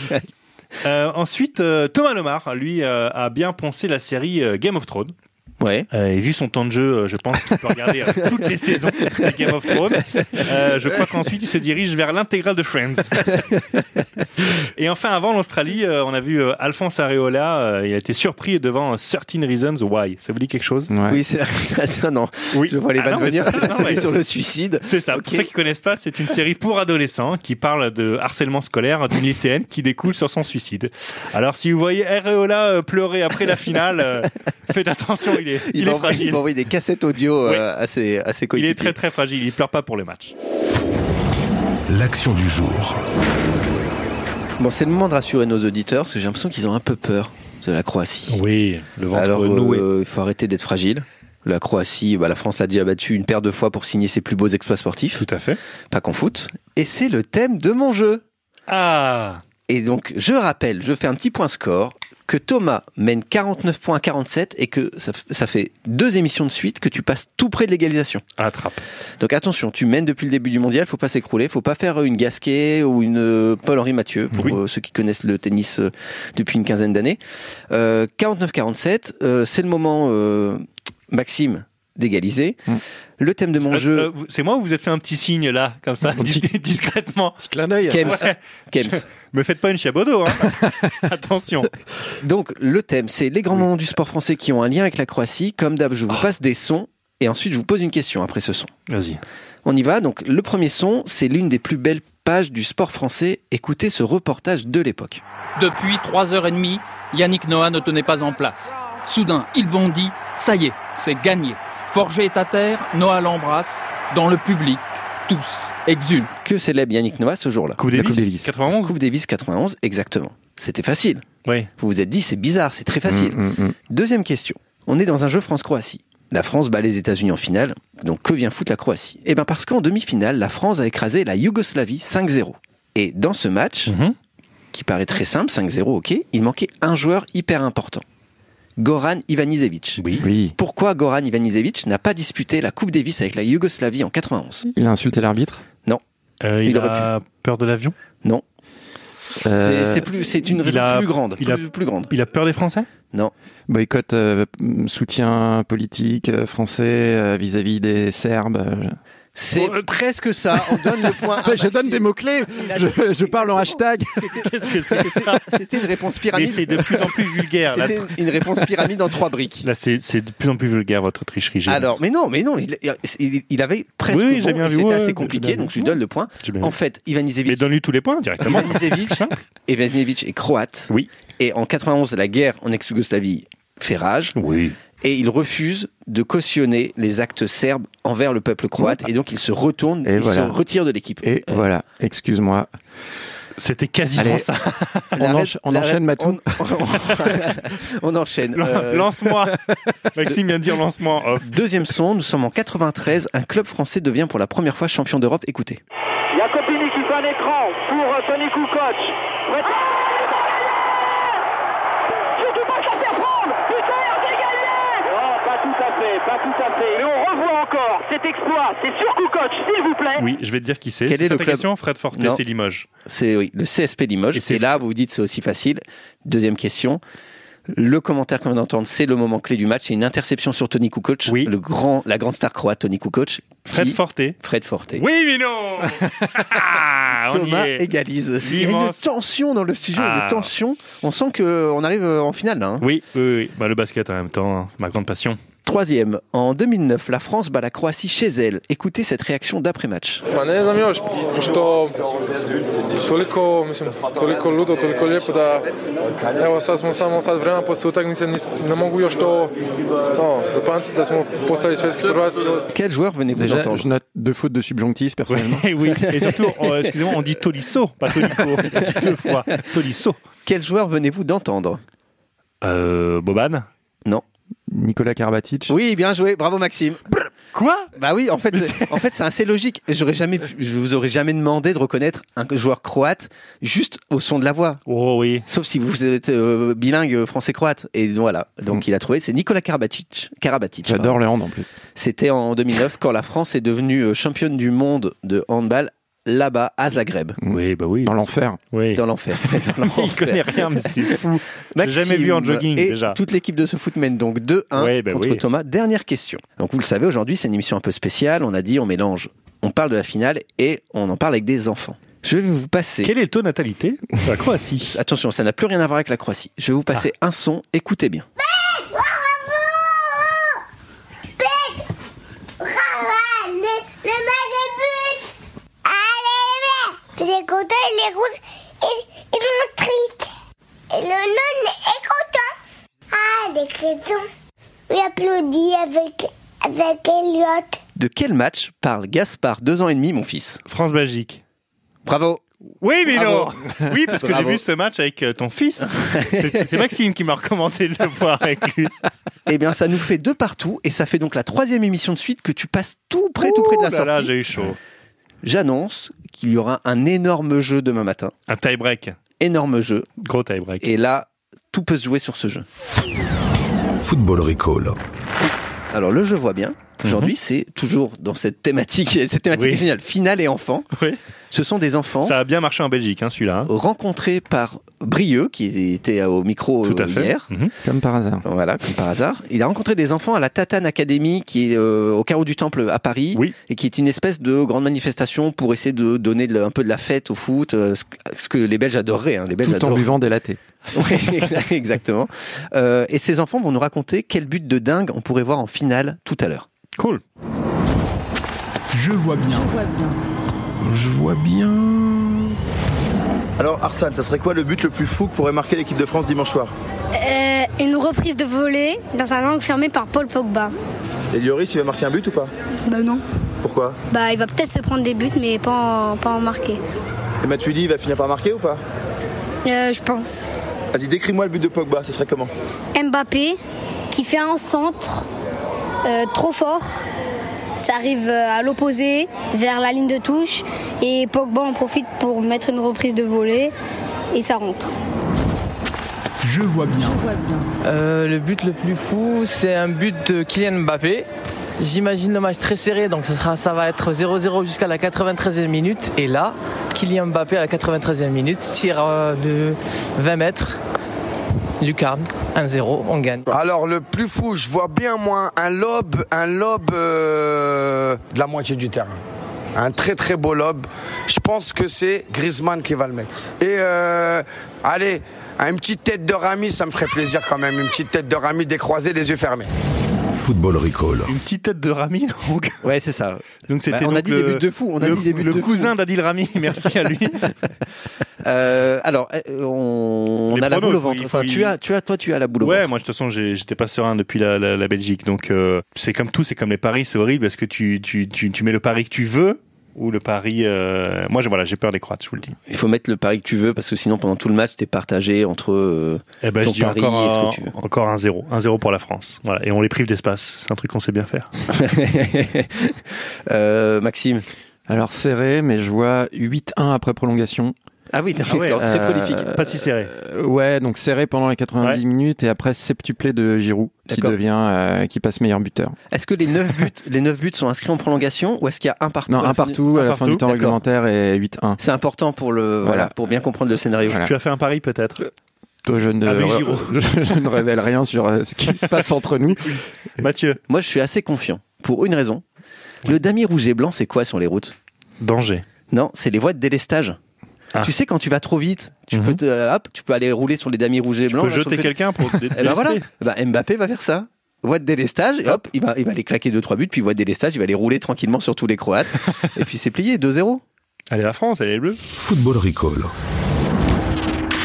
[SPEAKER 1] Euh, ensuite, euh, Thomas Lomar, lui, euh, a bien pensé la série euh, Game of Thrones.
[SPEAKER 2] Ouais.
[SPEAKER 1] Euh, et vu son temps de jeu, euh, je pense qu'il peut regarder euh, toutes les saisons de Game of Thrones. Euh, je crois qu'ensuite, il se dirige vers l'intégrale de Friends. et enfin, avant l'Australie, euh, on a vu euh, Alphonse Areola. euh, il a été surpris devant euh, 13 Reasons Why. Ça vous dit quelque chose
[SPEAKER 4] Ouais.
[SPEAKER 2] Oui, c'est ça, non.
[SPEAKER 1] Oui.
[SPEAKER 2] Je vois les
[SPEAKER 1] Ah
[SPEAKER 2] vannes
[SPEAKER 1] non, mais
[SPEAKER 2] venir.
[SPEAKER 1] c'est ça, non,
[SPEAKER 2] C'est
[SPEAKER 1] mais-
[SPEAKER 2] sur le suicide.
[SPEAKER 1] C'est ça.
[SPEAKER 2] Ok.
[SPEAKER 1] Pour ceux qui connaissent pas, c'est une série pour adolescents qui parle de harcèlement scolaire d'une lycéenne qui découle sur son suicide. Alors, si vous voyez Areola euh, pleurer après la finale, euh, faites attention, il est, il
[SPEAKER 2] va
[SPEAKER 1] est
[SPEAKER 2] envoyer- il
[SPEAKER 1] fragile.
[SPEAKER 2] va envoyer des cassettes audio euh, à ses, à ses
[SPEAKER 1] Il
[SPEAKER 2] coéquipiers.
[SPEAKER 1] est très très fragile, il pleure pas pour les matchs.
[SPEAKER 3] L'action du jour.
[SPEAKER 2] Bon, c'est le moment de rassurer nos auditeurs parce que j'ai l'impression qu'ils ont un peu peur de la Croatie.
[SPEAKER 1] Oui, le
[SPEAKER 2] Alors, euh, il faut arrêter d'être fragile. La Croatie, bah, la France l'a déjà battu une paire de fois pour signer ses plus beaux exploits sportifs,
[SPEAKER 1] Tout à fait.
[SPEAKER 2] pas qu'en foot. Et c'est le thème de mon jeu.
[SPEAKER 1] Ah
[SPEAKER 2] Et donc, je rappelle, je fais un petit point score, que Thomas mène 49 points à 47 et que ça, f- ça fait deux émissions de suite que tu passes tout près de l'égalisation.
[SPEAKER 1] Attrape.
[SPEAKER 2] Donc attention, tu mènes depuis le début du mondial, faut pas s'écrouler, faut pas faire une Gasquet ou une euh, Paul-Henri Mathieu, pour
[SPEAKER 1] Oui.
[SPEAKER 2] euh, ceux qui connaissent le tennis euh, depuis une quinzaine d'années. Euh, 49-47, euh, c'est le moment, euh, Maxime, d'égaliser.
[SPEAKER 4] Mm.
[SPEAKER 2] Le thème de mon
[SPEAKER 1] Euh,
[SPEAKER 2] jeu,
[SPEAKER 1] euh, vous- c'est moi ou vous êtes fait un petit signe là, comme ça, dis- discrètement
[SPEAKER 4] Petit clin d'œil.
[SPEAKER 2] Kems.
[SPEAKER 1] Ouais.
[SPEAKER 2] Kems.
[SPEAKER 1] Me faites pas une chabodo, hein. Attention.
[SPEAKER 2] Donc le thème, c'est les grands moments du sport français qui ont un lien avec la Croatie. Comme d'hab, je vous passe des sons et ensuite je vous pose une question après ce son.
[SPEAKER 1] Oh. Vas-y.
[SPEAKER 2] On y va. Donc le premier son, c'est l'une des plus belles pages du sport français. Écoutez ce reportage de l'époque.
[SPEAKER 9] Depuis trois heures et demie, Yannick Noah ne tenait pas en place. Soudain, il bondit. Ça y est, c'est gagné. Forger est à terre, Noah l'embrasse. Dans le public, tous exultent.
[SPEAKER 2] Que célèbre Yannick Noah ce jour-là
[SPEAKER 1] Coupe
[SPEAKER 4] La Coupe
[SPEAKER 1] Davis.
[SPEAKER 4] Davis.
[SPEAKER 1] 91
[SPEAKER 2] Coupe Davis 91, exactement. C'était facile.
[SPEAKER 1] Oui.
[SPEAKER 2] Vous vous êtes dit, c'est bizarre, c'est très facile.
[SPEAKER 4] Mm, mm, mm.
[SPEAKER 2] Deuxième question. On est dans un jeu France-Croatie. La France bat les États-Unis en finale, donc que vient foutre la Croatie Eh bien parce qu'en demi-finale, la France a écrasé la Yougoslavie 5-0. Et dans ce match,
[SPEAKER 1] Mhm.
[SPEAKER 2] qui paraît très simple, 5-0, ok, il manquait un joueur hyper important. Goran Ivanisevic.
[SPEAKER 1] Oui.
[SPEAKER 4] Oui.
[SPEAKER 2] Pourquoi Goran Ivanisevic n'a pas disputé la Coupe Davis avec la Yougoslavie en 91
[SPEAKER 4] Il a insulté l'arbitre.
[SPEAKER 1] Euh, il,
[SPEAKER 2] Il aurait
[SPEAKER 1] a peur de l'avion
[SPEAKER 2] C'est-
[SPEAKER 4] Euh,
[SPEAKER 2] C'est plus, c'est une
[SPEAKER 1] il
[SPEAKER 2] raison
[SPEAKER 1] a-
[SPEAKER 2] plus grande.
[SPEAKER 1] il a-
[SPEAKER 2] plus- plus grande.
[SPEAKER 1] Il a peur des Français
[SPEAKER 4] Boycott, euh, m- soutien politique euh, français euh, vis-à-vis des Serbes. euh,
[SPEAKER 2] C'est Oh, presque ça. On donne le point. à
[SPEAKER 4] je- je donne
[SPEAKER 2] Maxime.
[SPEAKER 4] des mots-clés.
[SPEAKER 2] Il a-
[SPEAKER 4] Je, je parle en
[SPEAKER 2] Exactement.
[SPEAKER 4] hashtag.
[SPEAKER 1] Qu'est-ce que c'est que ça
[SPEAKER 2] C'était une réponse
[SPEAKER 1] Mais
[SPEAKER 2] pyramide.
[SPEAKER 1] c'est de plus en plus vulgaire. Là,
[SPEAKER 2] C'était une réponse pyramide en trois briques.
[SPEAKER 1] Là, c'est c'est de plus en plus vulgaire votre tricherie. j'ai
[SPEAKER 2] Alors,
[SPEAKER 1] l'impression.
[SPEAKER 2] mais non, mais non, il, il- il avait presque
[SPEAKER 1] Oui, oui, j'ai
[SPEAKER 2] bon,
[SPEAKER 1] bien
[SPEAKER 2] et
[SPEAKER 1] vu,
[SPEAKER 2] c'était
[SPEAKER 1] ouais,
[SPEAKER 2] assez
[SPEAKER 1] ouais, j'ai
[SPEAKER 2] compliqué,
[SPEAKER 1] bien
[SPEAKER 2] donc je
[SPEAKER 1] vu.
[SPEAKER 2] lui donne le point.
[SPEAKER 1] J'ai bien
[SPEAKER 2] En
[SPEAKER 1] vu.
[SPEAKER 2] fait, Ivan
[SPEAKER 1] mais
[SPEAKER 2] Isevic,
[SPEAKER 1] donne-lui tous les points directement.
[SPEAKER 2] est croate.
[SPEAKER 1] Oui.
[SPEAKER 2] Et en 91, la guerre en ex-Yougoslavie fait rage.
[SPEAKER 1] Oui.
[SPEAKER 2] Et il refuse de cautionner les actes serbes envers le peuple croate. Et donc, il se retourne,
[SPEAKER 4] Et
[SPEAKER 2] il
[SPEAKER 4] voilà.
[SPEAKER 2] se retire de l'équipe.
[SPEAKER 4] Et
[SPEAKER 2] Euh,
[SPEAKER 4] voilà, excuse-moi.
[SPEAKER 1] C'était quasiment
[SPEAKER 4] Allez.
[SPEAKER 1] ça.
[SPEAKER 4] On
[SPEAKER 2] la-
[SPEAKER 4] encha- on
[SPEAKER 2] la-
[SPEAKER 4] enchaîne, Matou
[SPEAKER 2] On, on enchaîne. Euh,
[SPEAKER 1] Lance-moi. Maxime vient de dire lance-moi Oh, en off.
[SPEAKER 2] Deuxième son, nous sommes en 93. Un club français devient pour la première fois champion d'Europe. Écoutez.
[SPEAKER 8] Jacopini qui fait un écran pour Tony Kukoc. Surtout pas ça faire prendre Putain, c'est gagné Non, pas tout à fait, pas tout à fait. Mais on revoit encore cet exploit, c'est sur Kukoc, s'il vous plaît
[SPEAKER 1] Oui, je vais te dire qui c'est.
[SPEAKER 2] Quel
[SPEAKER 1] C'est
[SPEAKER 2] est le
[SPEAKER 1] ta
[SPEAKER 2] club
[SPEAKER 1] question Fred Forte,
[SPEAKER 2] Non.
[SPEAKER 1] c'est Limoges.
[SPEAKER 2] C'est oui, le CSP Limoges.
[SPEAKER 1] Et c'est-
[SPEAKER 2] Et, là, vous vous dites c'est aussi facile. Deuxième question. Le commentaire qu'on vient d'entendre, c'est le moment clé du match. C'est une interception sur Tony Kukoc,
[SPEAKER 1] Oui.
[SPEAKER 2] le grand, la grande star croate Tony Kukoc.
[SPEAKER 1] Fred
[SPEAKER 2] qui-
[SPEAKER 1] Forte.
[SPEAKER 2] Fred Forte.
[SPEAKER 1] Oui, mais non Ah, On y
[SPEAKER 2] Thomas
[SPEAKER 1] est.
[SPEAKER 2] égalise. Il y a une
[SPEAKER 1] L'immense.
[SPEAKER 2] tension dans le studio,
[SPEAKER 1] Ah.
[SPEAKER 2] une tension. On sent que on arrive euh, en finale là. hein.
[SPEAKER 1] Oui, oui, oui. Bah, le basket en même temps, hein. ma grande passion.
[SPEAKER 2] Troisième, en 2009, la France bat la Croatie chez elle. Écoutez cette réaction d'après-match.
[SPEAKER 10] Pa ne znam još, pošto toliko, mislim, toliko ludo, toliko lijepo da evo sad smo samo sad vremena poslije utakmice, nis- ne mogu još to no, zapamtiti da smo postali svjetski prvaci.
[SPEAKER 2] Quel joueur venez-vous
[SPEAKER 4] Déjà,
[SPEAKER 2] d'entendre
[SPEAKER 4] je note deux fautes de subjonctif, personnellement.
[SPEAKER 1] Et oui, et surtout, on- euh, excusez-moi, on dit Tolisso, pas Tolico. Deux fois, Tolisso.
[SPEAKER 2] Quel joueur venez-vous d'entendre
[SPEAKER 1] Euh, Boban
[SPEAKER 2] Non.
[SPEAKER 4] Nicolas Karabatic.
[SPEAKER 2] Oui, bien joué, bravo Maxime.
[SPEAKER 1] Quoi
[SPEAKER 2] Bah oui, en fait, c'est- en fait, c'est assez logique. J'aurais jamais, pu- je vous aurais jamais demandé de reconnaître un joueur croate juste au son de la voix.
[SPEAKER 1] Oh oui.
[SPEAKER 2] Sauf si vous êtes euh, bilingue français-croate. Et voilà. Donc il a trouvé, c'est Nicolas Karabatic. Karabatic pardon.
[SPEAKER 4] J'adore le hand en plus.
[SPEAKER 2] C'était en 2009 quand la France est devenue euh, championne du monde de handball là-bas à Zagreb.
[SPEAKER 1] Oui, bah oui.
[SPEAKER 4] Dans l'enfer.
[SPEAKER 1] Oui.
[SPEAKER 2] Dans l'enfer. Dans
[SPEAKER 1] Il
[SPEAKER 2] l'enfer.
[SPEAKER 1] connaît rien, mais c'est fou. J'ai
[SPEAKER 2] Maxime
[SPEAKER 1] jamais vu en jogging
[SPEAKER 2] et
[SPEAKER 1] déjà.
[SPEAKER 2] Toute l'équipe de ce foot mène donc 2-1
[SPEAKER 1] Ouais, bah
[SPEAKER 2] contre
[SPEAKER 1] oui.
[SPEAKER 2] Thomas. Dernière question. Donc vous le savez, aujourd'hui c'est une émission un peu spéciale. On a dit on mélange, on parle de la finale et on en parle avec des enfants. Je vais vous passer.
[SPEAKER 1] Quel est le taux de natalité de la Croatie
[SPEAKER 2] Attention, ça n'a plus rien à voir avec la Croatie. Je vais vous passer
[SPEAKER 1] Ah.
[SPEAKER 2] un son. Écoutez bien.
[SPEAKER 8] Il est content, il est rouge, il, il est triste. Et le non est content. Ah, les chrétiens. Oui, applaudit avec, avec Elliot.
[SPEAKER 2] De quel match parle Gaspard deux ans et demi, mon fils
[SPEAKER 1] France-Belgique.
[SPEAKER 2] Bravo.
[SPEAKER 1] Oui, Milo
[SPEAKER 2] Bravo.
[SPEAKER 1] Oui, parce que j'ai
[SPEAKER 2] Bravo.
[SPEAKER 1] vu ce match avec euh, ton fils. C'est c'est Maxime qui m'a recommandé de le voir avec lui.
[SPEAKER 2] Eh bien, ça nous fait deux partout et ça fait donc la troisième émission de suite que tu passes tout près, tout près de la
[SPEAKER 1] Ouh là là,
[SPEAKER 2] sortie.
[SPEAKER 1] j'ai eu chaud.
[SPEAKER 2] J'annonce qu'il y aura un énorme jeu demain matin.
[SPEAKER 1] Un tie-break.
[SPEAKER 2] Énorme jeu.
[SPEAKER 1] Gros tie-break.
[SPEAKER 2] Et là, tout peut se jouer sur ce jeu.
[SPEAKER 3] Football Recall.
[SPEAKER 2] Alors, le jeu voit
[SPEAKER 1] Mhm.
[SPEAKER 2] bien. Aujourd'hui, c'est toujours dans cette thématique, et cette thématique
[SPEAKER 1] Oui.
[SPEAKER 2] est géniale, finale et enfants.
[SPEAKER 1] Oui.
[SPEAKER 2] Ce sont des enfants
[SPEAKER 1] Ça a bien marché en Belgique, hein, celui-là. hein.
[SPEAKER 2] rencontrés par Brieux, qui était au micro
[SPEAKER 1] Tout à
[SPEAKER 2] euh,
[SPEAKER 1] fait.
[SPEAKER 2] hier.
[SPEAKER 1] Mhm.
[SPEAKER 4] Comme par hasard.
[SPEAKER 2] Voilà, comme par hasard. Il a rencontré des enfants à la Tatane Academy, qui est euh, au carreau du Temple à Paris,
[SPEAKER 1] Oui.
[SPEAKER 2] et qui est une espèce de grande manifestation pour essayer de donner de la- un peu de la fête au foot, euh, ce que- ce que les Belges adoraient. hein. Les Belges
[SPEAKER 4] Tout en
[SPEAKER 2] adorent.
[SPEAKER 4] buvant des latés.
[SPEAKER 2] Ouais, exactement. Euh, et ces enfants vont nous raconter quel but de dingue on pourrait voir en finale tout à l'heure.
[SPEAKER 1] Cool.
[SPEAKER 11] Je vois bien.
[SPEAKER 3] Je vois bien.
[SPEAKER 11] Alors Arsane, ça serait quoi le but le plus fou que pourrait marquer l'équipe de France dimanche soir
[SPEAKER 7] Euh, une reprise de volée dans un angle fermé par Paul Pogba.
[SPEAKER 11] Et Lloris, il va marquer un but ou pas
[SPEAKER 7] Bah non.
[SPEAKER 11] Pourquoi
[SPEAKER 7] Bah il va peut-être se prendre des buts mais pas en, pas en marquer.
[SPEAKER 11] Et Matuidi, il va finir par marquer ou pas
[SPEAKER 7] Euh, je pense.
[SPEAKER 11] Vas-y, décris-moi le but de Pogba, ça serait comment
[SPEAKER 7] Mbappé qui fait un centre euh, trop fort. Ça arrive euh, à l'opposé, vers la ligne de touche. Et Pogba en profite pour mettre une reprise de volée. Et ça rentre.
[SPEAKER 11] Je vois bien.
[SPEAKER 8] le but le plus fou, c'est un but de Kylian Mbappé. J'imagine le match très serré, donc ça, sera, ça va être 0-0 jusqu'à la 93e minute. Et là, Kylian Mbappé à la 93e minute tire euh, de 20 mètres. Lucarne, 1-0, on gagne.
[SPEAKER 11] Alors le plus fou, je vois bien moi un lobe, un lobe de la moitié du terrain. Un très très beau lobe. Je pense que c'est Griezmann qui va le mettre. Et euh, allez, une petite tête de Rami, ça me ferait plaisir quand même. Une petite tête de Rami décroisée, les yeux fermés.
[SPEAKER 3] Football Recall.
[SPEAKER 1] Une petite tête de Rami, donc.
[SPEAKER 2] Ouais, c'est ça.
[SPEAKER 1] Donc c'était
[SPEAKER 2] Bah, on a
[SPEAKER 1] donc
[SPEAKER 2] dit
[SPEAKER 1] le,
[SPEAKER 2] des buts de fou. On a
[SPEAKER 1] le-
[SPEAKER 2] dit des buts
[SPEAKER 1] le
[SPEAKER 2] de fou.
[SPEAKER 1] cousin d'Adil Rami, merci à lui.
[SPEAKER 2] Euh, alors, euh, on, on
[SPEAKER 1] Les
[SPEAKER 2] a la
[SPEAKER 1] pronos,
[SPEAKER 2] boule au
[SPEAKER 1] il faut-
[SPEAKER 2] ventre.
[SPEAKER 1] il faut-
[SPEAKER 2] Enfin, tu as, tu as, toi, tu as la boule au
[SPEAKER 1] Ouais,
[SPEAKER 2] ventre.
[SPEAKER 1] moi de toute façon, j'ai- j'étais pas serein depuis la, la- la Belgique. Donc euh, c'est comme tout, c'est comme les paris, c'est horrible parce que tu, tu, tu, tu mets le pari que tu veux ou le pari. euh, Moi, je, voilà, j'ai peur des Croates, je vous le dis.
[SPEAKER 2] Il faut mettre le pari que tu veux parce que sinon, pendant tout le match, t'es partagé entre. euh,
[SPEAKER 1] Eh ben,
[SPEAKER 2] Ton
[SPEAKER 1] je dis
[SPEAKER 2] pari,
[SPEAKER 1] encore,
[SPEAKER 2] est-ce
[SPEAKER 1] un,
[SPEAKER 2] que tu veux
[SPEAKER 1] encore un zéro, un zéro pour la France. Voilà, et on les prive d'espace. C'est un truc qu'on sait bien faire.
[SPEAKER 2] euh, Maxime.
[SPEAKER 4] Alors serré, mais je vois 8-1 après prolongation.
[SPEAKER 2] Ah oui, d'accord,
[SPEAKER 1] ouais.
[SPEAKER 2] très
[SPEAKER 4] Euh,
[SPEAKER 2] prolifique.
[SPEAKER 1] Pas si serré.
[SPEAKER 4] Euh, ouais, donc serré pendant les 90
[SPEAKER 1] Ouais.
[SPEAKER 4] minutes et après septuplé de Giroud qui
[SPEAKER 2] D'accord.
[SPEAKER 4] devient euh, qui passe meilleur buteur.
[SPEAKER 2] Est-ce que les 9 buts, les 9 buts sont inscrits en prolongation ou est-ce qu'il y a un partout
[SPEAKER 4] Non,
[SPEAKER 2] à la
[SPEAKER 4] un
[SPEAKER 2] fin du-
[SPEAKER 4] partout à la fin
[SPEAKER 1] partout.
[SPEAKER 4] du temps
[SPEAKER 2] D'accord.
[SPEAKER 4] réglementaire et 8-1.
[SPEAKER 2] C'est important pour le, voilà,
[SPEAKER 4] Voilà.
[SPEAKER 2] pour bien comprendre le scénario.
[SPEAKER 4] Voilà.
[SPEAKER 1] Tu as fait un pari peut-être
[SPEAKER 4] Toi, je ne,
[SPEAKER 1] Avec
[SPEAKER 4] re-
[SPEAKER 1] Ah Giroud.
[SPEAKER 4] je, je ne révèle rien sur euh, ce qui se passe entre nous.
[SPEAKER 2] Euh,
[SPEAKER 1] Mathieu,
[SPEAKER 2] Moi, je suis assez confiant pour une raison. Le damier rouge et blanc, c'est quoi sur les routes
[SPEAKER 1] danger.
[SPEAKER 2] Non, c'est les voies de délestage.
[SPEAKER 1] Ah.
[SPEAKER 2] Tu sais quand tu vas trop vite, tu
[SPEAKER 1] Mhm.
[SPEAKER 2] peux te- euh, hop, tu peux aller rouler sur les damiers rouges et
[SPEAKER 1] Tu
[SPEAKER 2] blancs.
[SPEAKER 1] peux
[SPEAKER 2] là, sur le
[SPEAKER 1] jeter
[SPEAKER 2] petit-
[SPEAKER 1] quelqu'un pour. dé-
[SPEAKER 2] Eh ben voilà,
[SPEAKER 1] délester.
[SPEAKER 2] Eh ben, Mbappé va faire ça. Voie de délestage, et hop, il va, il va aller claquer deux trois buts, puis voie de délestage, il va aller rouler tranquillement sur tous les Croates, et puis c'est plié, 2-0.
[SPEAKER 1] Allez la France, elle est bleue.
[SPEAKER 3] Football Recall.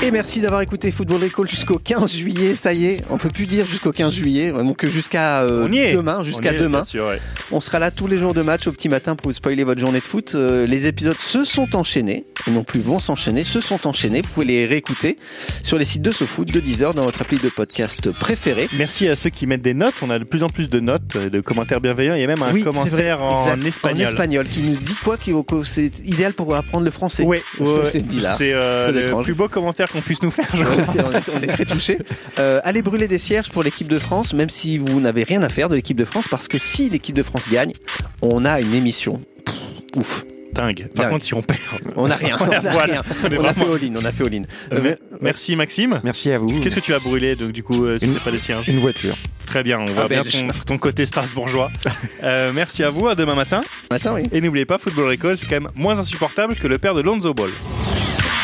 [SPEAKER 2] Et merci d'avoir écouté Football Recall jusqu'au 15 juillet. Ça y est, on peut plus dire jusqu'au 15 juillet, vraiment que jusqu'à euh,
[SPEAKER 1] On y est.
[SPEAKER 2] demain,
[SPEAKER 1] On
[SPEAKER 2] jusqu'à
[SPEAKER 1] y est,
[SPEAKER 2] demain.
[SPEAKER 1] bien sûr, ouais.
[SPEAKER 2] On sera là tous les jours de match au petit matin pour vous spoiler votre journée de foot. Euh, les épisodes se sont enchaînés, et non plus vont s'enchaîner, se sont enchaînés. Vous pouvez les réécouter sur les sites de SoFoot, de Deezer, dans votre appli de podcast préféré.
[SPEAKER 1] Merci à ceux qui mettent des notes. On a de plus en plus de notes, euh, de commentaires bienveillants. Il y a même un
[SPEAKER 2] Oui, c'est
[SPEAKER 1] commentaire
[SPEAKER 2] vrai,
[SPEAKER 1] en
[SPEAKER 2] exact,
[SPEAKER 1] espagnol.
[SPEAKER 2] En espagnol, qui nous dit quoi qui- que c'est idéal pour apprendre le français.
[SPEAKER 1] Ouais,
[SPEAKER 2] Je
[SPEAKER 1] ouais,
[SPEAKER 2] trouve
[SPEAKER 1] ouais.
[SPEAKER 2] c'est bizarre.
[SPEAKER 1] C'est euh,
[SPEAKER 2] Très
[SPEAKER 1] le
[SPEAKER 2] étrange.
[SPEAKER 1] plus beau commentaire qu'on puisse nous faire, je
[SPEAKER 2] Ouais,
[SPEAKER 1] crois.
[SPEAKER 2] c'est- on, est, on est très touchés. Euh, allez brûler des cierges pour l'équipe de France, même si vous n'avez rien à faire de l'équipe de France, parce que si l'équipe de France gagne, on a une émission. Pff, ouf.
[SPEAKER 1] Dingue. Par
[SPEAKER 2] Dingue. Euh,
[SPEAKER 1] contre, si on perd,
[SPEAKER 2] On n'a rien. On
[SPEAKER 1] Ouais,
[SPEAKER 2] n'a
[SPEAKER 1] voilà.
[SPEAKER 2] rien.
[SPEAKER 1] Mais
[SPEAKER 2] On a fait
[SPEAKER 1] vraiment.
[SPEAKER 2] all-in. On a fait all-in.
[SPEAKER 1] Euh,
[SPEAKER 2] Euh,
[SPEAKER 1] me- Merci Maxime.
[SPEAKER 12] Merci à vous.
[SPEAKER 1] Qu'est-ce que tu as brûlé donc du coup euh, si
[SPEAKER 12] Une-
[SPEAKER 1] c'est pas des cierges
[SPEAKER 12] Une voiture.
[SPEAKER 1] Très bien, on voit
[SPEAKER 2] Ah,
[SPEAKER 1] bien
[SPEAKER 2] belge.
[SPEAKER 1] ton, ton côté strasbourgeois. Euh, merci à vous, à demain matin.
[SPEAKER 2] Matin, oui.
[SPEAKER 1] Et n'oubliez pas, Football Recall, c'est quand même moins insupportable que le père de Lonzo Ball.